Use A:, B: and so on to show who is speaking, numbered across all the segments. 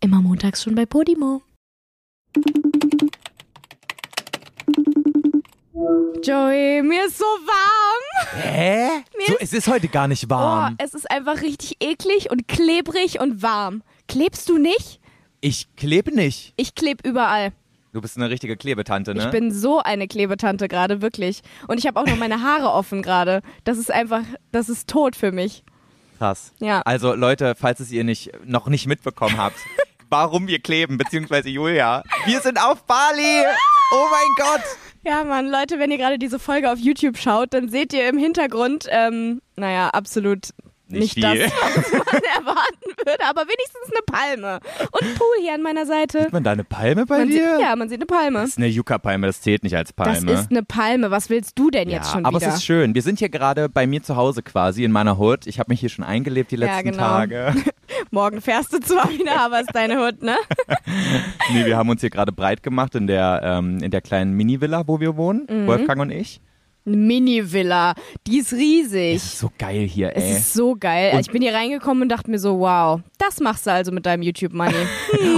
A: Immer montags schon bei Podimo. Joey, mir ist so warm.
B: Hä?
A: Mir
B: So,
A: ist-
B: es ist heute gar nicht warm.
A: Oh, es ist einfach richtig eklig und klebrig und warm. Klebst du nicht?
B: Ich klebe nicht.
A: Ich kleb überall.
B: Du bist eine richtige Klebetante, ne?
A: Ich bin so eine Klebetante gerade, wirklich. Und ich habe auch noch meine Haare offen gerade. Das ist einfach, das ist tot für mich.
B: krass.
A: Ja.
B: Also Leute, falls es ihr nicht noch nicht mitbekommen habt, warum wir kleben, beziehungsweise Julia, wir sind auf Bali. Oh mein Gott.
A: Ja, Mann, Leute, wenn ihr gerade diese Folge auf YouTube schaut, dann seht ihr im Hintergrund, ähm, naja, absolut nicht,
B: Nicht
A: das,
B: viel.
A: was man erwarten würde, aber wenigstens eine Palme. Und ein Pool hier an meiner Seite.
B: Sieht man da eine Palme bei
A: Man sieht,
B: dir?
A: ja, man sieht eine Palme.
B: Das ist eine Yucca-Palme, das zählt nicht als Palme.
A: Das ist eine Palme. Was willst du denn jetzt
B: ja,
A: schon
B: aber
A: wieder?
B: es ist schön. Wir sind hier gerade bei mir zu Hause quasi in meiner Hood. Ich habe mich hier schon eingelebt die
A: Ja,
B: letzten
A: genau.
B: Tage.
A: Morgen fährst du zwar wieder, aber ist deine Hut, ne?
B: Nee, wir haben uns hier gerade breit gemacht in der, ähm, in der kleinen Mini-Villa, wo wir wohnen,
A: Mhm.
B: Wolfgang und ich.
A: Eine Mini-Villa. Die ist riesig.
B: Ist so geil hier,
A: Es
B: ey.
A: ist so geil.
B: Und-
A: ich bin hier reingekommen und dachte mir so, wow, das machst du also mit deinem YouTube-Money.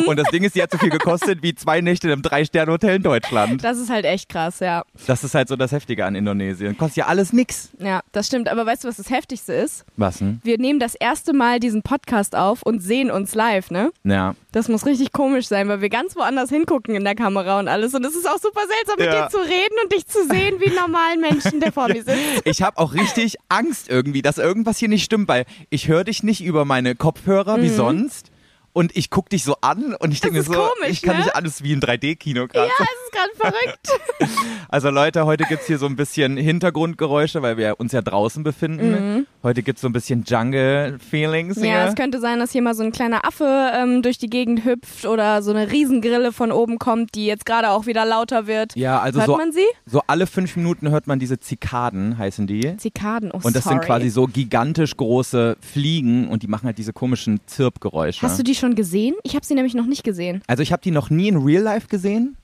B: Und das Ding ist, die hat so viel gekostet wie zwei Nächte in einem Drei-Sterne-Hotel in Deutschland.
A: Das ist halt echt krass, ja.
B: Das ist halt so das Heftige an Indonesien. Kostet ja alles nix.
A: Ja, das stimmt. Aber weißt du, was das Heftigste ist?
B: Was denn?
A: Wir nehmen das erste Mal diesen Podcast auf und sehen uns live, ne?
B: Ja.
A: Das muss richtig komisch sein, weil wir ganz woanders hingucken in der Kamera und alles. Und es ist auch super seltsam, mit
B: Ja.
A: dir zu reden und dich zu sehen wie einen normalen Menschen, der vor mir sitzt.
B: Ich habe auch richtig Angst irgendwie, dass irgendwas hier nicht stimmt, weil ich höre dich nicht über meine Kopfhörer wie sonst. Und ich guck dich so an und ich denke mir
A: Mhm. ist
B: so,
A: komisch,
B: ich kann
A: ne?
B: nicht alles wie im 3D-Kino gerade.
A: Ja, Ah, es ist gerade verrückt.
B: Also Leute, heute gibt's hier so ein bisschen Hintergrundgeräusche, weil wir uns ja draußen befinden. Heute gibt's so ein bisschen Jungle-Feelings
A: Mhm. Ja, es
B: hier.
A: könnte sein, dass hier mal so ein kleiner Affe ähm, durch die Gegend hüpft oder so eine Riesengrille von oben kommt, die jetzt gerade auch wieder lauter wird.
B: Ja, also
A: Hört
B: so,
A: man sie?
B: so alle fünf Minuten hört man diese Zikaden, heißen die.
A: Zikaden, oh,
B: Und das
A: sorry.
B: sind quasi so gigantisch große Fliegen und die machen halt diese komischen Zirpgeräusche.
A: Hast du die schon gesehen? Ich habe sie nämlich noch nicht gesehen.
B: also ich habe die noch nie in Real Life gesehen,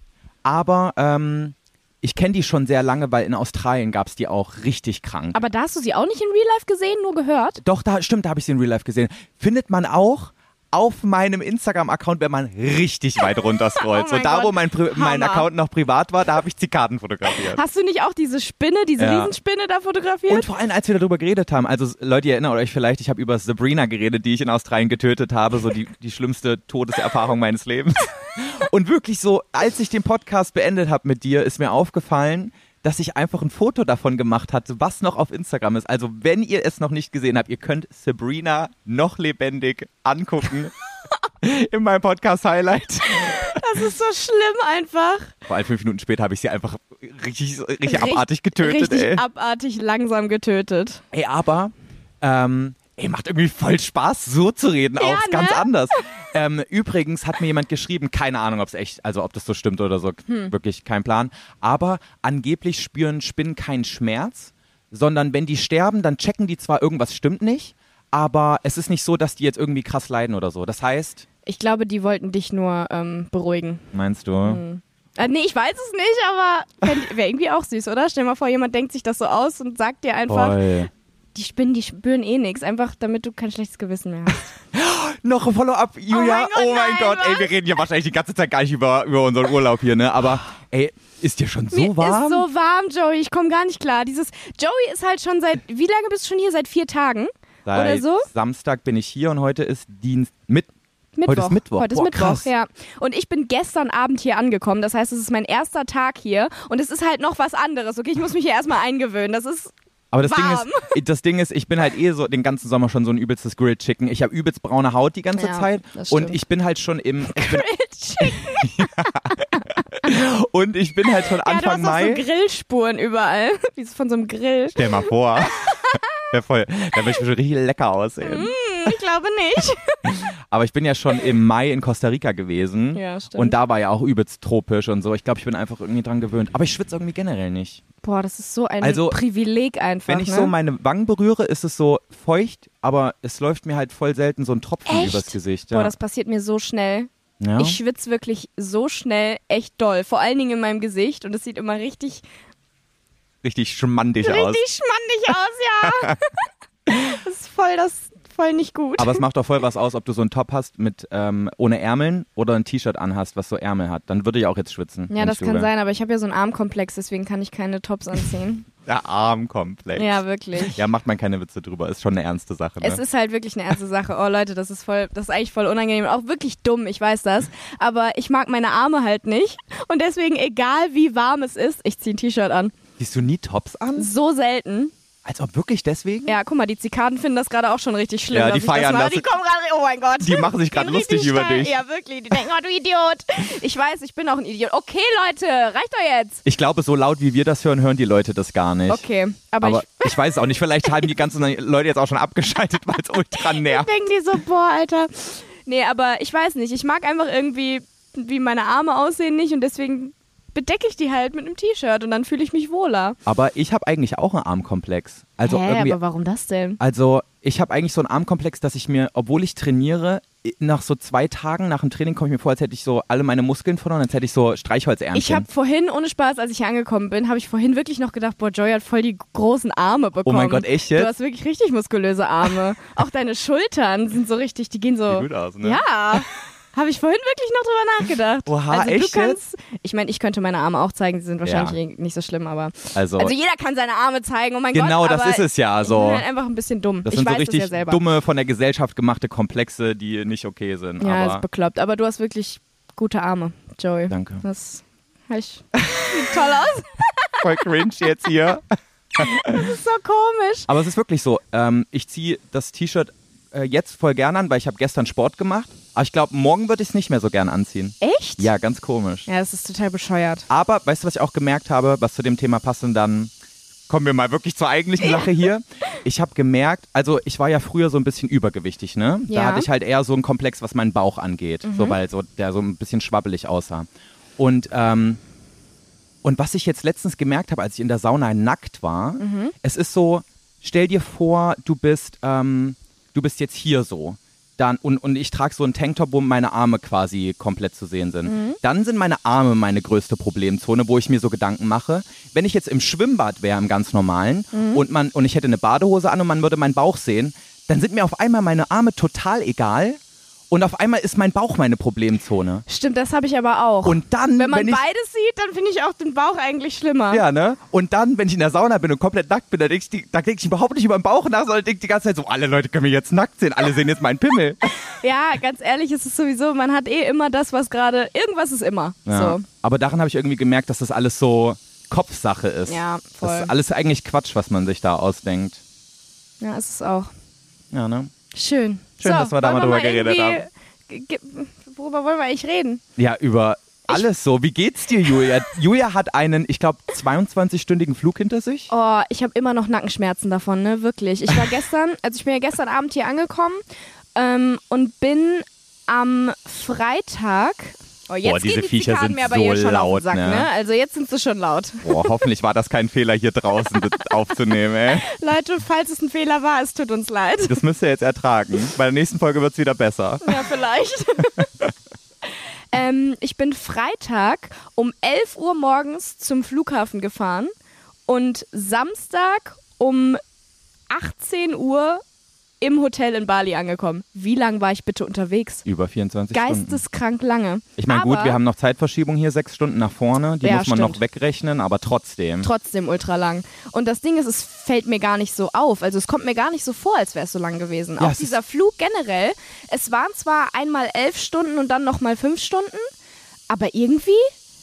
B: aber ähm, ich kenne die schon sehr lange, weil in Australien gab's die auch richtig krank.
A: Aber da hast du sie auch nicht in Real Life gesehen, nur gehört?
B: Doch, da stimmt, da habe ich sie in Real Life gesehen. Findet man auch auf meinem Instagram-Account, wenn man richtig weit runter scrollt.
A: Oh
B: so
A: mein
B: da, wo
A: Gott.
B: mein, Pri- mein
A: Hammer.
B: Account noch privat war, da habe ich Zikaden fotografiert.
A: Hast du nicht auch diese Spinne, diese
B: Ja.
A: Riesenspinne da
B: Und
A: fotografiert?
B: vor allem, als wir darüber geredet haben, also Leute, ihr erinnert euch vielleicht, ich habe über Sabrina geredet, die ich in Australien getötet habe, so die, die schlimmste Todeserfahrung meines Lebens. Und wirklich so, als ich den Podcast beendet habe mit dir, ist mir aufgefallen, dass ich einfach ein Foto davon gemacht hatte, was noch auf Instagram ist. Also wenn ihr es noch nicht gesehen habt, ihr könnt Sabrina noch lebendig angucken. In meinem Podcast-Highlight.
A: Das ist so schlimm einfach.
B: Vor allem fünf Minuten später habe ich sie einfach richtig, richtig,
A: Richt-
B: abartig getötet.
A: Richtig
B: ey.
A: abartig langsam getötet.
B: Ey, aber, ähm, ey, macht irgendwie voll Spaß, so zu reden, auch
A: ne?
B: ist ganz anders. Ähm, übrigens hat mir jemand geschrieben, keine Ahnung, ob es echt, also ob das so stimmt oder so,
A: Hm.
B: wirklich kein Plan. Aber angeblich spüren Spinnen keinen Schmerz, sondern wenn die sterben, dann checken die zwar, irgendwas stimmt nicht, aber es ist nicht so, dass die jetzt irgendwie krass leiden oder so. Das heißt,
A: Ich glaube, die wollten dich nur ähm, beruhigen.
B: meinst du?
A: Äh, nee, ich weiß es nicht, aber wäre irgendwie auch süß, oder? Stell mal vor, jemand denkt sich das so aus und sagt dir einfach,
B: Voll.
A: die Spinnen, die spüren eh nichts. Einfach, damit du kein schlechtes Gewissen mehr hast.
B: Noch ein Follow-up, Julia.
A: Oh
B: Oh
A: Gott, nein,
B: ey,
A: was?
B: wir reden ja wahrscheinlich die ganze Zeit gar nicht über, über unseren Urlaub hier, ne? Aber, ey, ist dir schon so
A: Mir
B: warm?
A: ist so warm, Joey. Ich komme gar nicht klar. Dieses Joey ist halt schon seit, wie lange bist du schon hier? Seit vier Tagen?
B: Seit
A: oder so?
B: Samstag bin ich hier und heute ist Dienst mit.
A: Mittwoch.
B: Heute ist Mittwoch.
A: Heute ist
B: Boah,
A: Mittwoch,
B: krass.
A: ja. Und ich bin gestern Abend hier angekommen. Das heißt, es ist mein erster Tag hier. Und es ist halt noch was anderes, okay? Ich muss mich hier erstmal eingewöhnen. Das ist
B: Aber das
A: Warm.
B: Ding ist, das Ding ist, ich bin halt eh so den ganzen Sommer schon so ein übelstes Grilled Chicken. Ich habe übelst braune Haut die ganze
A: Ja,
B: Zeit
A: das
B: und
A: stimmt.
B: ich bin halt schon im ich bin,
A: Grillchicken.
B: und ich bin halt schon
A: Ja, du
B: Anfang
A: hast auch so
B: Mai.
A: Grillspuren überall. Wie so von so einem Grill.
B: Stell mal vor. Wär voll, da würde ich schon richtig lecker
A: Mhm.
B: aussehen.
A: Ich glaube nicht.
B: Aber ich bin ja schon im Mai in Costa Rica gewesen.
A: Ja, stimmt.
B: Und da war ja auch übelst tropisch und so. Ich glaube, ich bin einfach irgendwie dran gewöhnt. Aber ich schwitze irgendwie generell nicht.
A: Boah, das ist so ein
B: Also,
A: Privileg einfach.
B: Wenn ich
A: ne?
B: so meine Wangen berühre, ist es so feucht, aber es läuft mir halt voll selten so ein Tropfen
A: Echt?
B: übers Gesicht. Ja.
A: Boah, das passiert mir so schnell.
B: ja?
A: Ich schwitze wirklich so schnell, echt doll. Vor allen Dingen in meinem Gesicht und es sieht immer richtig,
B: richtig schmandig aus.
A: richtig schmandig aus, ja. das ist voll das, voll nicht gut.
B: Aber es macht doch voll was aus, ob du so einen Top hast mit ähm, ohne Ärmeln oder ein T-Shirt anhast, was so Ärmel hat. Dann würde ich auch jetzt schwitzen. wenn
A: ja,
B: ich
A: das
B: du
A: kann
B: wäre.
A: sein, aber ich habe ja so einen Armkomplex, deswegen kann ich keine Tops anziehen.
B: Der Armkomplex.
A: ja, wirklich.
B: Ja, macht man keine Witze drüber. Ist schon eine ernste Sache. Ne?
A: Es ist halt wirklich eine ernste Sache. Oh Leute, das ist voll, das ist eigentlich voll unangenehm und auch wirklich dumm, ich weiß das. Aber ich mag meine Arme halt nicht. Und deswegen, egal wie warm es ist, ich ziehe ein T-Shirt an.
B: Siehst du nie Tops an?
A: So selten.
B: Als ob wirklich deswegen?
A: Ja, guck mal, die Zikaden finden das gerade auch schon richtig schlimm.
B: Ja,
A: dass
B: die
A: ich das
B: feiern
A: mache.
B: das.
A: Die kommen gerade, oh mein Gott.
B: Die machen sich
A: Die sind
B: gerade lustig
A: richtig
B: über
A: steil.
B: dich.
A: Ja, wirklich. Die denken, oh, du Idiot. Ich weiß, ich bin auch ein Idiot. Okay, Leute, reicht doch jetzt.
B: Ich glaube, so laut wie wir das hören, hören die Leute das gar nicht.
A: Okay, aber,
B: Aber ich weiß es auch nicht. Vielleicht haben die ganzen Leute jetzt auch schon abgeschaltet, weil es ultra
A: ich
B: nervt.
A: denken die so, boah, Alter. Nee, aber ich weiß nicht. Ich mag einfach irgendwie, wie meine Arme aussehen nicht und deswegen bedecke ich die halt mit einem T-Shirt und dann fühle ich mich wohler.
B: Aber ich habe eigentlich auch einen Armkomplex. Also irgendwie
A: warum das denn?
B: Also ich habe eigentlich so einen Armkomplex, dass ich mir, obwohl ich trainiere, nach so zwei Tagen nach dem Training komme ich mir vor, als hätte ich so alle meine Muskeln verloren, als hätte ich so Streichholzärmchen.
A: Ich habe vorhin, ohne Spaß, als ich hier angekommen bin, habe ich vorhin wirklich noch gedacht, boah, Joy hat voll die großen Arme bekommen.
B: Oh mein Gott, echt jetzt?
A: Du hast wirklich richtig muskulöse Arme. Auch deine Schultern sind so richtig, die gehen so.
B: Sieht gut aus, ne?
A: Ja. Habe ich vorhin wirklich noch drüber nachgedacht.
B: Oha,
A: also
B: echt
A: du kannst, ich meine, ich könnte meine Arme auch zeigen, sie sind wahrscheinlich nicht so schlimm, aber
B: also,
A: also jeder kann seine Arme zeigen. Oh mein
B: genau
A: Gott,
B: das
A: aber
B: ist es ja.
A: Ich bin
B: So.
A: halt einfach ein bisschen dumm.
B: Das
A: ich
B: sind so
A: weiß
B: richtig
A: das ja selber.
B: dumme, von der Gesellschaft gemachte Komplexe, die nicht okay sind.
A: ja, ist
B: aber
A: bekloppt. Aber du hast wirklich gute Arme, Joey.
B: Danke.
A: Das hab ich, sieht toll aus.
B: voll cringe jetzt hier.
A: Das ist so komisch.
B: Aber es ist wirklich so. Ähm, ich ziehe das T-Shirt äh, jetzt voll gern an, weil ich habe gestern Sport gemacht. Aber ich glaube, morgen würde ich es nicht mehr so gern anziehen.
A: Echt?
B: Ja, ganz komisch.
A: Ja, das ist total bescheuert.
B: Aber weißt du, was ich auch gemerkt habe, was zu dem Thema passt und dann kommen wir mal wirklich zur eigentlichen Sache hier. Ich habe gemerkt, also ich war ja früher so ein bisschen übergewichtig, ne? Da
A: Ja.
B: hatte ich halt eher so einen Komplex, was meinen Bauch angeht, so weil so der so ein bisschen schwabbelig aussah. Und ähm, und was ich jetzt letztens gemerkt habe, als ich in der Sauna nackt war, es ist so, stell dir vor, du bist, ähm, du bist jetzt hier so. Dann, und, und ich trage so einen Tanktop, wo meine Arme quasi komplett zu sehen sind. Dann sind meine Arme meine größte Problemzone, wo ich mir so Gedanken mache. Wenn ich jetzt im Schwimmbad wäre, im ganz normalen, und, man, und ich hätte eine Badehose an und man würde meinen Bauch sehen, dann sind mir auf einmal meine Arme total egal und auf einmal ist mein Bauch meine Problemzone.
A: Stimmt, das habe ich aber auch.
B: Und dann,
A: wenn man
B: wenn ich
A: beides sieht, dann finde ich auch den Bauch eigentlich schlimmer.
B: Ja, ne? Und dann, wenn ich in der Sauna bin und komplett nackt bin, dann denke ich, die- dann denk ich überhaupt nicht über den Bauch nach, sondern denke die ganze Zeit so, alle Leute können mich jetzt nackt sehen, alle sehen jetzt meinen Pimmel.
A: Ja, ganz ehrlich, es ist sowieso, man hat eh immer das, was gerade, irgendwas ist immer.
B: Ja.
A: So.
B: Aber daran habe ich irgendwie gemerkt, dass das alles so Kopfsache ist.
A: Ja, voll.
B: Das ist alles eigentlich Quatsch, was man sich da ausdenkt.
A: Ja, es ist auch.
B: Ja, ne?
A: Schön.
B: Schön,
A: so,
B: dass wir da
A: wollen
B: mal drüber
A: mal
B: geredet
A: irgendwie- ge- ge- Worüber wollen wir eigentlich reden?
B: Ja, über alles so. Wie geht's dir, Julia? Julia hat einen, ich glaube, 22-stündigen Flug hinter sich.
A: Oh, ich habe immer noch Nackenschmerzen davon, ne? Wirklich. Ich war gestern, also ich bin ja gestern Abend hier angekommen ähm, und bin am Freitag. Oh, jetzt
B: Boah,
A: gehen
B: diese
A: die
B: Viecher
A: Zikaden
B: sind
A: mir aber
B: so
A: hier schon
B: laut,
A: auf den Sack,
B: ne?
A: ne? Also jetzt sind sie schon laut.
B: Boah, hoffentlich war das kein Fehler, hier draußen das aufzunehmen, ey.
A: Leute, falls es ein Fehler war, es tut uns leid.
B: Das müsst ihr jetzt ertragen. Bei der nächsten Folge wird's wieder besser.
A: Ja, vielleicht. ähm, ich bin Freitag um 11 Uhr morgens zum Flughafen gefahren und Samstag um 18 Uhr im Hotel in Bali angekommen. Wie lange war ich bitte unterwegs?
B: Über 24 Stunden.
A: Geisteskrank lange.
B: Ich meine, gut,
A: Aber
B: wir haben noch Zeitverschiebung hier, sechs Stunden nach vorne. Die
A: Ja,
B: muss man
A: stimmt.
B: noch wegrechnen, aber trotzdem.
A: Trotzdem ultra lang. Und das Ding ist, es fällt mir gar nicht so auf. Also es kommt mir gar nicht so vor, als wäre es so lang gewesen.
B: Ja,
A: Auch
B: es ist-
A: dieser Flug generell, es waren zwar einmal elf Stunden und dann nochmal fünf Stunden, aber irgendwie,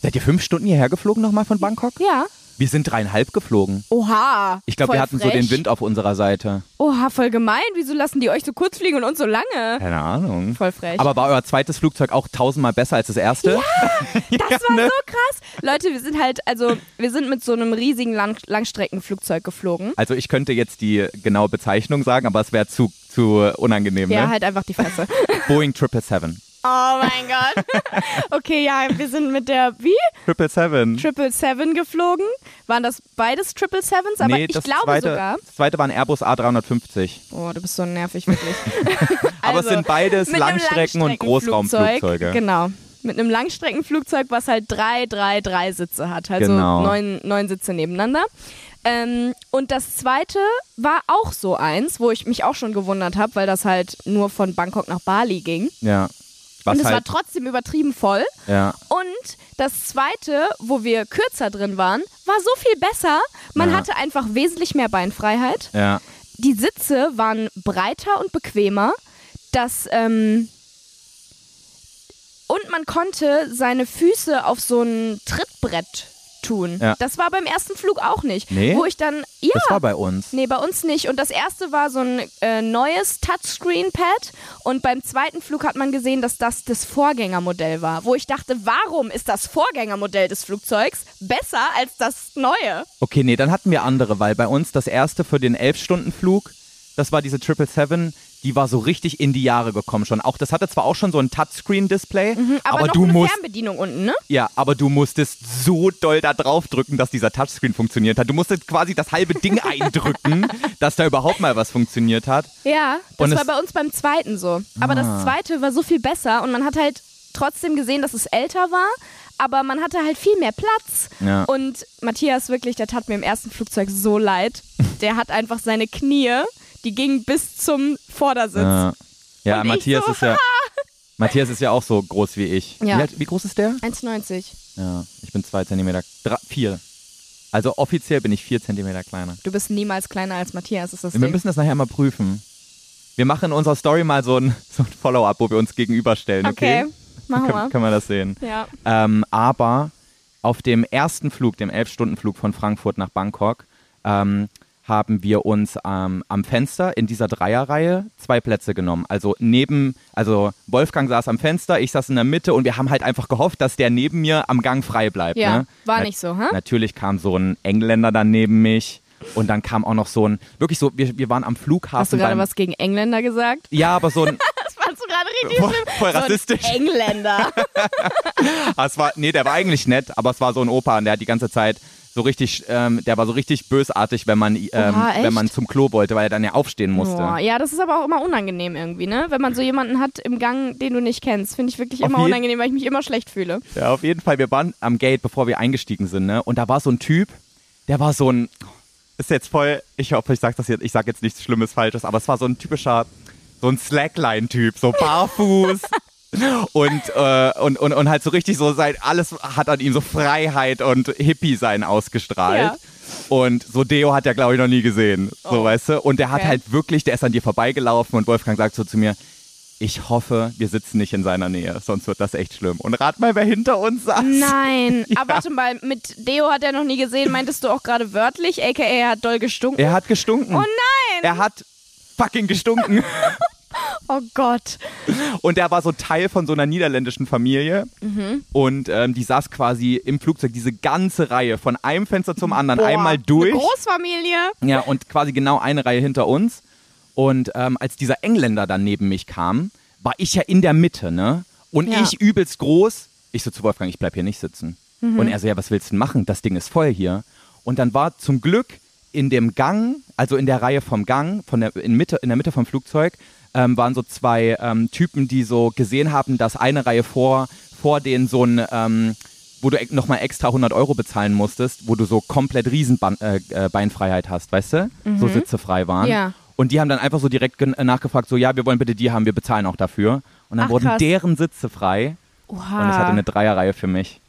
B: Seid ihr fünf Stunden hierher geflogen nochmal von Bangkok?
A: ja,
B: Wir sind dreieinhalb geflogen.
A: Oha.
B: Ich glaube,
A: voll
B: wir hatten so
A: frech.
B: den Wind auf unserer Seite.
A: Oha, voll gemein. Wieso lassen die euch so kurz fliegen und uns so lange?
B: Keine Ahnung.
A: Voll frech.
B: Aber war euer zweites Flugzeug auch tausendmal besser als das erste? ne?
A: das war so krass. Leute, wir sind halt, also, wir sind mit so einem riesigen Lang Langstreckenflugzeug geflogen.
B: Also ich könnte jetzt die genaue Bezeichnung sagen, aber es wäre zu, zu äh, unangenehm.
A: Ja,
B: ne?
A: halt einfach die Fresse.
B: Boeing 777.
A: Oh mein Gott. Okay, ja, wir sind mit der, wie?
B: 777.
A: Triple Seven geflogen. Waren das beides Triple Sevens? Aber
B: nee,
A: ich
B: das
A: glaube
B: zweite,
A: sogar.
B: Das zweite war ein Airbus A350.
A: Oh, du bist so nervig, wirklich.
B: aber es
A: Also,
B: sind beides
A: mit einem
B: Langstrecken- und
A: Langstreckenflugzeug,
B: Großraumflugzeuge.
A: Genau. Mit einem Langstreckenflugzeug, was halt drei, drei, drei Sitze hat. Also
B: Genau.
A: neun, neun Sitze nebeneinander. Ähm, und das zweite war auch so eins, wo ich mich auch schon gewundert habe, weil das halt nur von Bangkok nach Bali ging.
B: Ja. Was
A: und es war
B: halt,
A: trotzdem übertrieben voll.
B: ja.
A: Und das zweite, wo wir kürzer drin waren, war so viel besser. Man
B: Ja.
A: hatte einfach wesentlich mehr Beinfreiheit.
B: Ja.
A: Die Sitze waren breiter und bequemer. Das, ähm, und man konnte seine Füße auf so ein Trittbrett tun.
B: Ja.
A: Das war beim ersten Flug auch nicht.
B: Nee?
A: Wo ich dann, ja,
B: Das war bei uns.
A: Nee, bei uns nicht. Und das erste war so ein äh, neues Touchscreen-Pad. Und beim zweiten Flug hat man gesehen, dass das das Vorgängermodell war. Wo ich dachte, warum ist das Vorgängermodell des Flugzeugs besser als das neue?
B: Okay, nee, dann hatten wir andere, weil bei uns das erste für den 11-Stunden-Flug, das war diese 777, die war so richtig in die Jahre gekommen schon. Auch das hatte zwar auch schon so ein Touchscreen-Display,
A: Mhm, Hm, Aber, noch
B: du
A: eine
B: musst,
A: Fernbedienung unten, ne?
B: ja, aber du musstest so doll da drauf drücken, dass dieser Touchscreen funktioniert hat. Du musstest quasi das halbe Ding eindrücken, dass da überhaupt mal was funktioniert hat.
A: Ja, das
B: Und
A: war
B: es- Ah.
A: bei uns beim zweiten so. Aber das zweite war so viel besser und man hat halt trotzdem gesehen, dass es älter war, aber man hatte halt viel mehr Platz.
B: Ja.
A: Und Matthias wirklich, der tat mir im ersten Flugzeug so leid. Der hat einfach seine Knie, die gingen bis zum Vordersitz.
B: Ja, ja
A: Und ich
B: Matthias
A: so,
B: ist ja. Matthias ist ja auch so groß wie ich.
A: Ja.
B: Wie, alt- wie groß ist der?
A: 1,90.
B: Ja, ich bin zwei Zentimeter. Drei, vier. Also offiziell bin ich vier Zentimeter kleiner.
A: Du bist niemals kleiner als Matthias, ist das
B: Wir
A: Ding.
B: müssen das nachher mal prüfen. Wir machen in unserer Story mal so ein, so ein Follow-up, wo wir uns gegenüberstellen, okay?
A: Okay, machen
B: Können,
A: wir.
B: können wir das sehen.
A: Ja.
B: Ähm, aber auf dem ersten Flug, dem 11-Stunden-Flug von Frankfurt nach Bangkok, ähm, haben wir uns ähm, am Fenster in dieser Dreierreihe zwei Plätze genommen. Also neben, also Wolfgang saß am Fenster, ich saß in der Mitte und wir haben halt einfach gehofft, dass der neben mir am Gang frei bleibt.
A: Ja,
B: ne?
A: war
B: Na-
A: nicht so, hä?
B: Natürlich kam so ein Engländer dann neben mich und dann kam auch noch so ein, wirklich so, wir, wir waren am Flughafen.
A: Hast du gerade
B: beim,
A: was gegen Engländer gesagt?
B: Ja, aber so ein,
A: Das fandst du gerade richtig
B: Voll-
A: schlimm.
B: voll
A: so ein
B: rassistisch.
A: Engländer.
B: Ah, es war, nee, der war eigentlich nett, aber es war so ein Opa und der hat die ganze Zeit so richtig, ähm, der war so richtig bösartig, wenn man, ähm,
A: Oha, echt?
B: wenn man zum Klo wollte, weil er dann ja aufstehen musste.
A: Boah, ja, das ist aber auch immer unangenehm irgendwie, ne? Wenn man so jemanden hat im Gang, den du nicht kennst, finde ich wirklich
B: Auf
A: immer
B: jeden-
A: unangenehm, weil ich mich immer schlecht fühle.
B: Ja, auf jeden Fall, wir waren am Gate, bevor wir eingestiegen sind, ne? Und da war so ein Typ, der war so ein, ist jetzt voll, ich hoffe, ich sag das jetzt, ich sag jetzt nichts Schlimmes, Falsches, aber es war so ein typischer, so ein Slackline-Typ, so barfuß. Und, äh, und, und, und halt so richtig so sein, alles hat an ihm so Freiheit und Hippie-Sein ausgestrahlt.
A: Ja. Oh.
B: Und so Deo hat er, glaube ich, noch nie gesehen. So, weißt du? Und der hat
A: okay.
B: halt wirklich, der ist an dir vorbeigelaufen und Wolfgang sagt so zu mir, ich hoffe, wir sitzen nicht in seiner Nähe, sonst wird das echt schlimm. Und rat mal, wer hinter uns saß.
A: Nein, aber warte mal, mit Deo hat er noch nie gesehen, meintest du auch gerade wörtlich, aka er hat doll gestunken.
B: Er hat gestunken.
A: oh nein!
B: Er hat fucking gestunken.
A: oh Gott.
B: Und er war so Teil von so einer niederländischen Familie.
A: Mhm.
B: Und ähm, die saß quasi im Flugzeug, diese ganze Reihe von einem Fenster zum anderen,
A: Boah,
B: einmal durch.
A: Eine Großfamilie.
B: Ja, und quasi genau eine Reihe hinter uns. Und ähm, als dieser Engländer dann neben mich kam, war ich ja in der Mitte, ne? Und
A: Ja.
B: ich übelst groß. Ich so zu Wolfgang, ich bleib hier nicht sitzen. Und er so, ja, was willst du denn machen? Das Ding ist voll hier. Und dann war zum Glück in dem Gang, also in der Reihe vom Gang, von der, in, Mitte, in der Mitte vom Flugzeug, ähm, waren so zwei ähm, Typen, die so gesehen haben, dass eine Reihe vor, vor denen so ein, ähm, wo du nochmal extra 100 Euro bezahlen musstest, wo du so komplett Riesenbeinfreiheit äh, äh, Beinfreiheit hast, weißt du? So Sitze frei waren.
A: Mhm. Ja.
B: Und die haben dann einfach so direkt gen- äh, nachgefragt, so ja, wir wollen bitte die haben, wir bezahlen auch dafür. Und dann
A: Ach,
B: wurden
A: krass. Ah.
B: deren Sitze frei
A: Oha.
B: und ich hatte eine Dreierreihe für mich.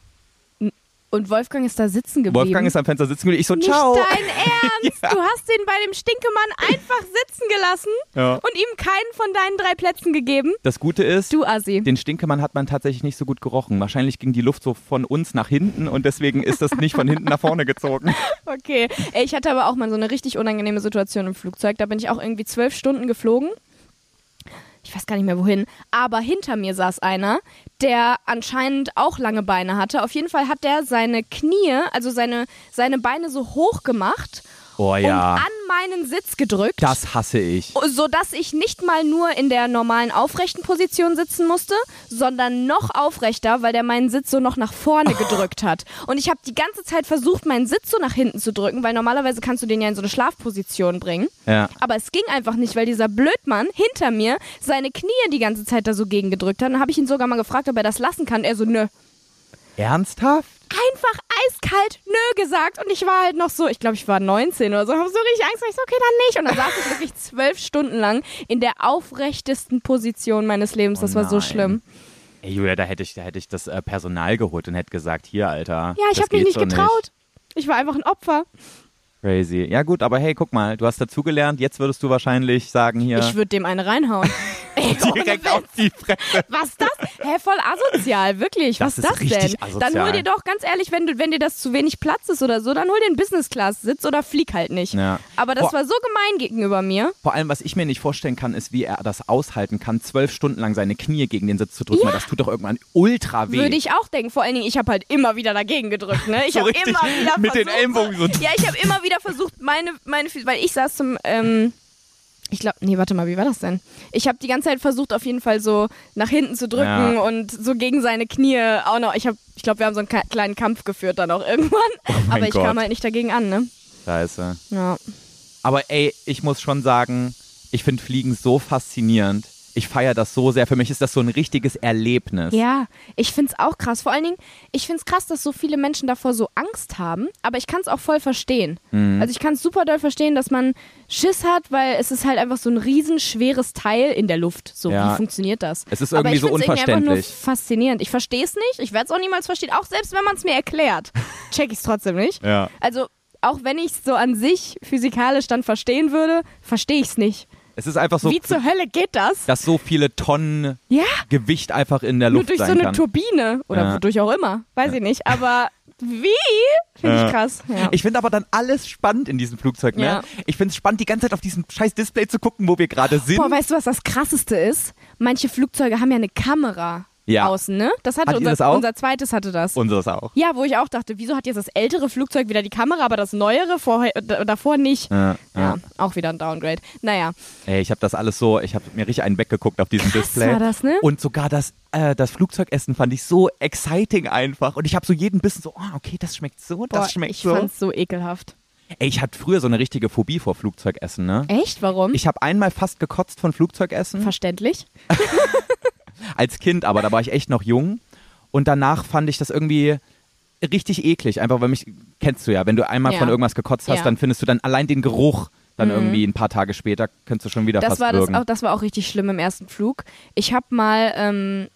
A: Und Wolfgang ist da sitzen geblieben.
B: Wolfgang ist am Fenster sitzen geblieben, ich so,
A: nicht
B: ciao.
A: dein Ernst!
B: Ja.
A: Du hast den bei dem Stinkemann einfach sitzen gelassen
B: Ja.
A: und ihm keinen von deinen drei Plätzen gegeben.
B: Das Gute ist,
A: Du Assi.
B: den Stinkemann hat man tatsächlich nicht so gut gerochen. Wahrscheinlich ging die Luft so von uns nach hinten und deswegen ist das nicht von hinten nach vorne gezogen.
A: Okay. Ey, Ich hatte aber auch mal so eine richtig unangenehme Situation im Flugzeug. Da bin ich auch irgendwie zwölf Stunden geflogen. Ich weiß gar nicht mehr wohin. Aber hinter mir saß einer, der anscheinend auch lange Beine hatte. Auf jeden Fall hat der seine Knie, also seine, seine Beine so hoch gemacht
B: Oh ja,
A: und Um an meinen Sitz gedrückt.
B: das hasse ich.
A: sodass Oh, ich nicht mal nur in der normalen aufrechten Position sitzen musste, sondern noch aufrechter, weil der meinen Sitz so noch nach vorne gedrückt hat. Und ich habe die ganze Zeit versucht, meinen Sitz so nach hinten zu drücken, weil normalerweise kannst du den ja in so eine Schlafposition bringen.
B: Ja.
A: Aber es ging einfach nicht, weil dieser Blödmann hinter mir seine Knie die ganze Zeit da so gegengedrückt hat. Dann habe ich ihn sogar mal gefragt, ob er das lassen kann. Er so, nö.
B: Ernsthaft?
A: einfach eiskalt nö gesagt und ich war halt noch so, ich glaube, ich war 19 oder so, habe so richtig Angst, ich so, okay, dann nicht. Und dann saß ich wirklich zwölf Stunden lang in der aufrechtesten Position meines Lebens. Das
B: Oh
A: war so
B: nein.
A: schlimm.
B: Ey, Julia, da hätte ich, da hätte ich das äh, Personal geholt und hätte gesagt, hier, Alter.
A: Ja, ich
B: das
A: habe mich
B: geht
A: nicht
B: so
A: getraut. Ich war einfach ein Opfer.
B: Crazy. Ja gut, aber hey, guck mal, du hast dazugelernt. Jetzt würdest du wahrscheinlich sagen hier
A: Ich würde dem eine reinhauen. Ey, ohne
B: direkt
A: Witz.
B: auf die Fresse.
A: Was das? Hä, voll asozial, wirklich. Was
B: Das ist
A: das
B: richtig
A: denn?
B: asozial.
A: Dann hol dir doch, ganz ehrlich, wenn, du, wenn dir das zu wenig Platz ist oder so, dann hol dir einen Business-Class-Sitz oder flieg halt nicht.
B: Ja.
A: Aber das
B: Boah.
A: war so gemein gegenüber mir.
B: Vor allem, was ich mir nicht vorstellen kann, ist, wie er das aushalten kann, zwölf Stunden lang seine Knie gegen den Sitz zu drücken. Weil das tut doch irgendwann ultra weh.
A: Würde ich auch denken. Vor allen Dingen, ich habe halt immer wieder dagegen gedrückt. Ne? Ich
B: So
A: habe
B: richtig
A: immer wieder
B: mit den
A: versucht,
B: Ellenbogen so-
A: Ja, ich habe immer wieder versucht, meine, meine, Füße- weil ich saß zum, ähm, ich glaube, nee, warte mal, wie war das denn? Ich habe die ganze Zeit versucht, auf jeden Fall so nach hinten zu drücken
B: Ja.
A: und so gegen seine Knie. Auch noch, ich habe, ich glaube, wir haben so einen ka- kleinen Kampf geführt dann auch irgendwann.
B: Oh mein
A: Aber ich
B: Gott.
A: kam halt nicht dagegen an, ne?
B: Scheiße.
A: Ja.
B: Aber ey, ich muss schon sagen, ich finde Fliegen so faszinierend. Ich feiere das so sehr. Für mich ist das so ein richtiges Erlebnis.
A: Ja, ich find's auch krass. Vor allen Dingen, ich find's krass, dass so viele Menschen davor so Angst haben, aber ich kann's auch voll verstehen.
B: Mhm.
A: Also ich kann's super doll verstehen, dass man Schiss hat, weil es ist halt einfach so ein riesenschweres Teil in der Luft. So,
B: Ja.
A: wie funktioniert das?
B: Es ist
A: aber
B: irgendwie
A: ich
B: so
A: find's irgendwie einfach nur
B: unverständlich.
A: faszinierend. Ich versteh's nicht, ich werd's auch niemals verstehen, auch selbst wenn man's mir erklärt. Check ich's trotzdem nicht.
B: Ja.
A: Also, auch wenn ich's so an sich physikalisch dann verstehen würde, verstehe ich's nicht.
B: Es ist einfach so,
A: Wie zur Hölle geht das?
B: dass so viele Tonnen
A: Ja.
B: Gewicht einfach in der
A: Nur
B: Luft
A: durch so
B: sein
A: eine
B: kann.
A: Turbine oder
B: Ja.
A: wodurch auch immer, weiß ich nicht. Aber wie? Finde
B: Ja.
A: ich krass. Ja.
B: Ich finde aber dann alles spannend in diesem Flugzeug, ne?
A: Ja.
B: Ich finde es spannend, die ganze Zeit auf diesem scheiß Display zu gucken, wo wir gerade sind.
A: Boah, weißt du, was das Krasseste ist? Manche Flugzeuge haben ja eine Kamera
B: Ja.
A: außen, ne? Das hatte
B: Hattet ihr
A: unser,
B: das auch?
A: unser zweites hatte das.
B: Unseres auch.
A: ja, wo ich auch dachte, wieso hat jetzt das ältere Flugzeug wieder die Kamera, aber das neuere vorher, d- davor nicht?
B: Ja,
A: Ja, auch wieder ein Downgrade. Naja,
B: Ey, ich habe das alles so, ich habe mir richtig einen weggeguckt auf diesem Display.
A: war das, ne?
B: Und sogar das, äh, das Flugzeugessen fand ich so exciting einfach. Und ich habe so jeden Bissen so, ah, okay, das schmeckt so,
A: boah,
B: das schmeckt
A: ich
B: so.
A: fand's so ekelhaft.
B: Ey, ich hatte früher so eine richtige Phobie vor Flugzeugessen, ne?
A: Echt? Warum?
B: Ich habe einmal fast gekotzt von Flugzeugessen.
A: Verständlich.
B: als Kind, aber da war ich echt noch jung. Und danach fand ich das irgendwie richtig eklig. Einfach, weil mich, kennst du ja, wenn du einmal
A: Ja.
B: von irgendwas gekotzt hast,
A: Ja. Mhm.
B: dann findest du dann allein den Geruch dann irgendwie ein paar Tage später, könntest du schon wieder
A: das
B: fast
A: war das,
B: würgen.
A: auch, das war auch richtig schlimm im ersten Flug. Ich habe mal ähm,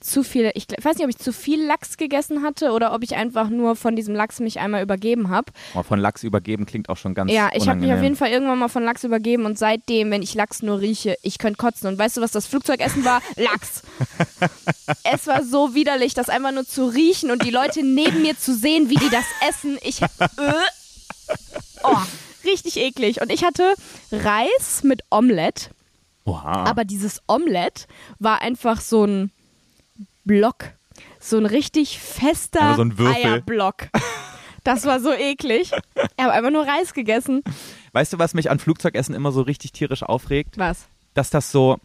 A: zu viel, ich gl- weiß nicht, ob ich zu viel Lachs gegessen hatte oder ob ich einfach nur von diesem Lachs mich einmal übergeben habe.
B: Oh, von Lachs übergeben klingt auch schon ganz
A: Ja, ich habe mich
B: unangenehm.
A: auf jeden Fall irgendwann mal von Lachs übergeben und seitdem, wenn ich Lachs nur rieche, ich könnte kotzen. Und weißt du, was das Flugzeugessen war? Lachs. es war so widerlich, das einfach nur zu riechen und die Leute neben mir zu sehen, wie die das essen. Ich. Äh, oh, richtig eklig. Und ich hatte Reis mit Omelette.
B: Oha.
A: Aber dieses Omelett war einfach so ein Block. So ein richtig fester
B: Einfach so ein Würfel.
A: Eierblock. Das war so eklig. Ich habe einfach nur Reis gegessen.
B: weißt du, was mich an Flugzeugessen immer so richtig tierisch aufregt?
A: Was?
B: dass das so,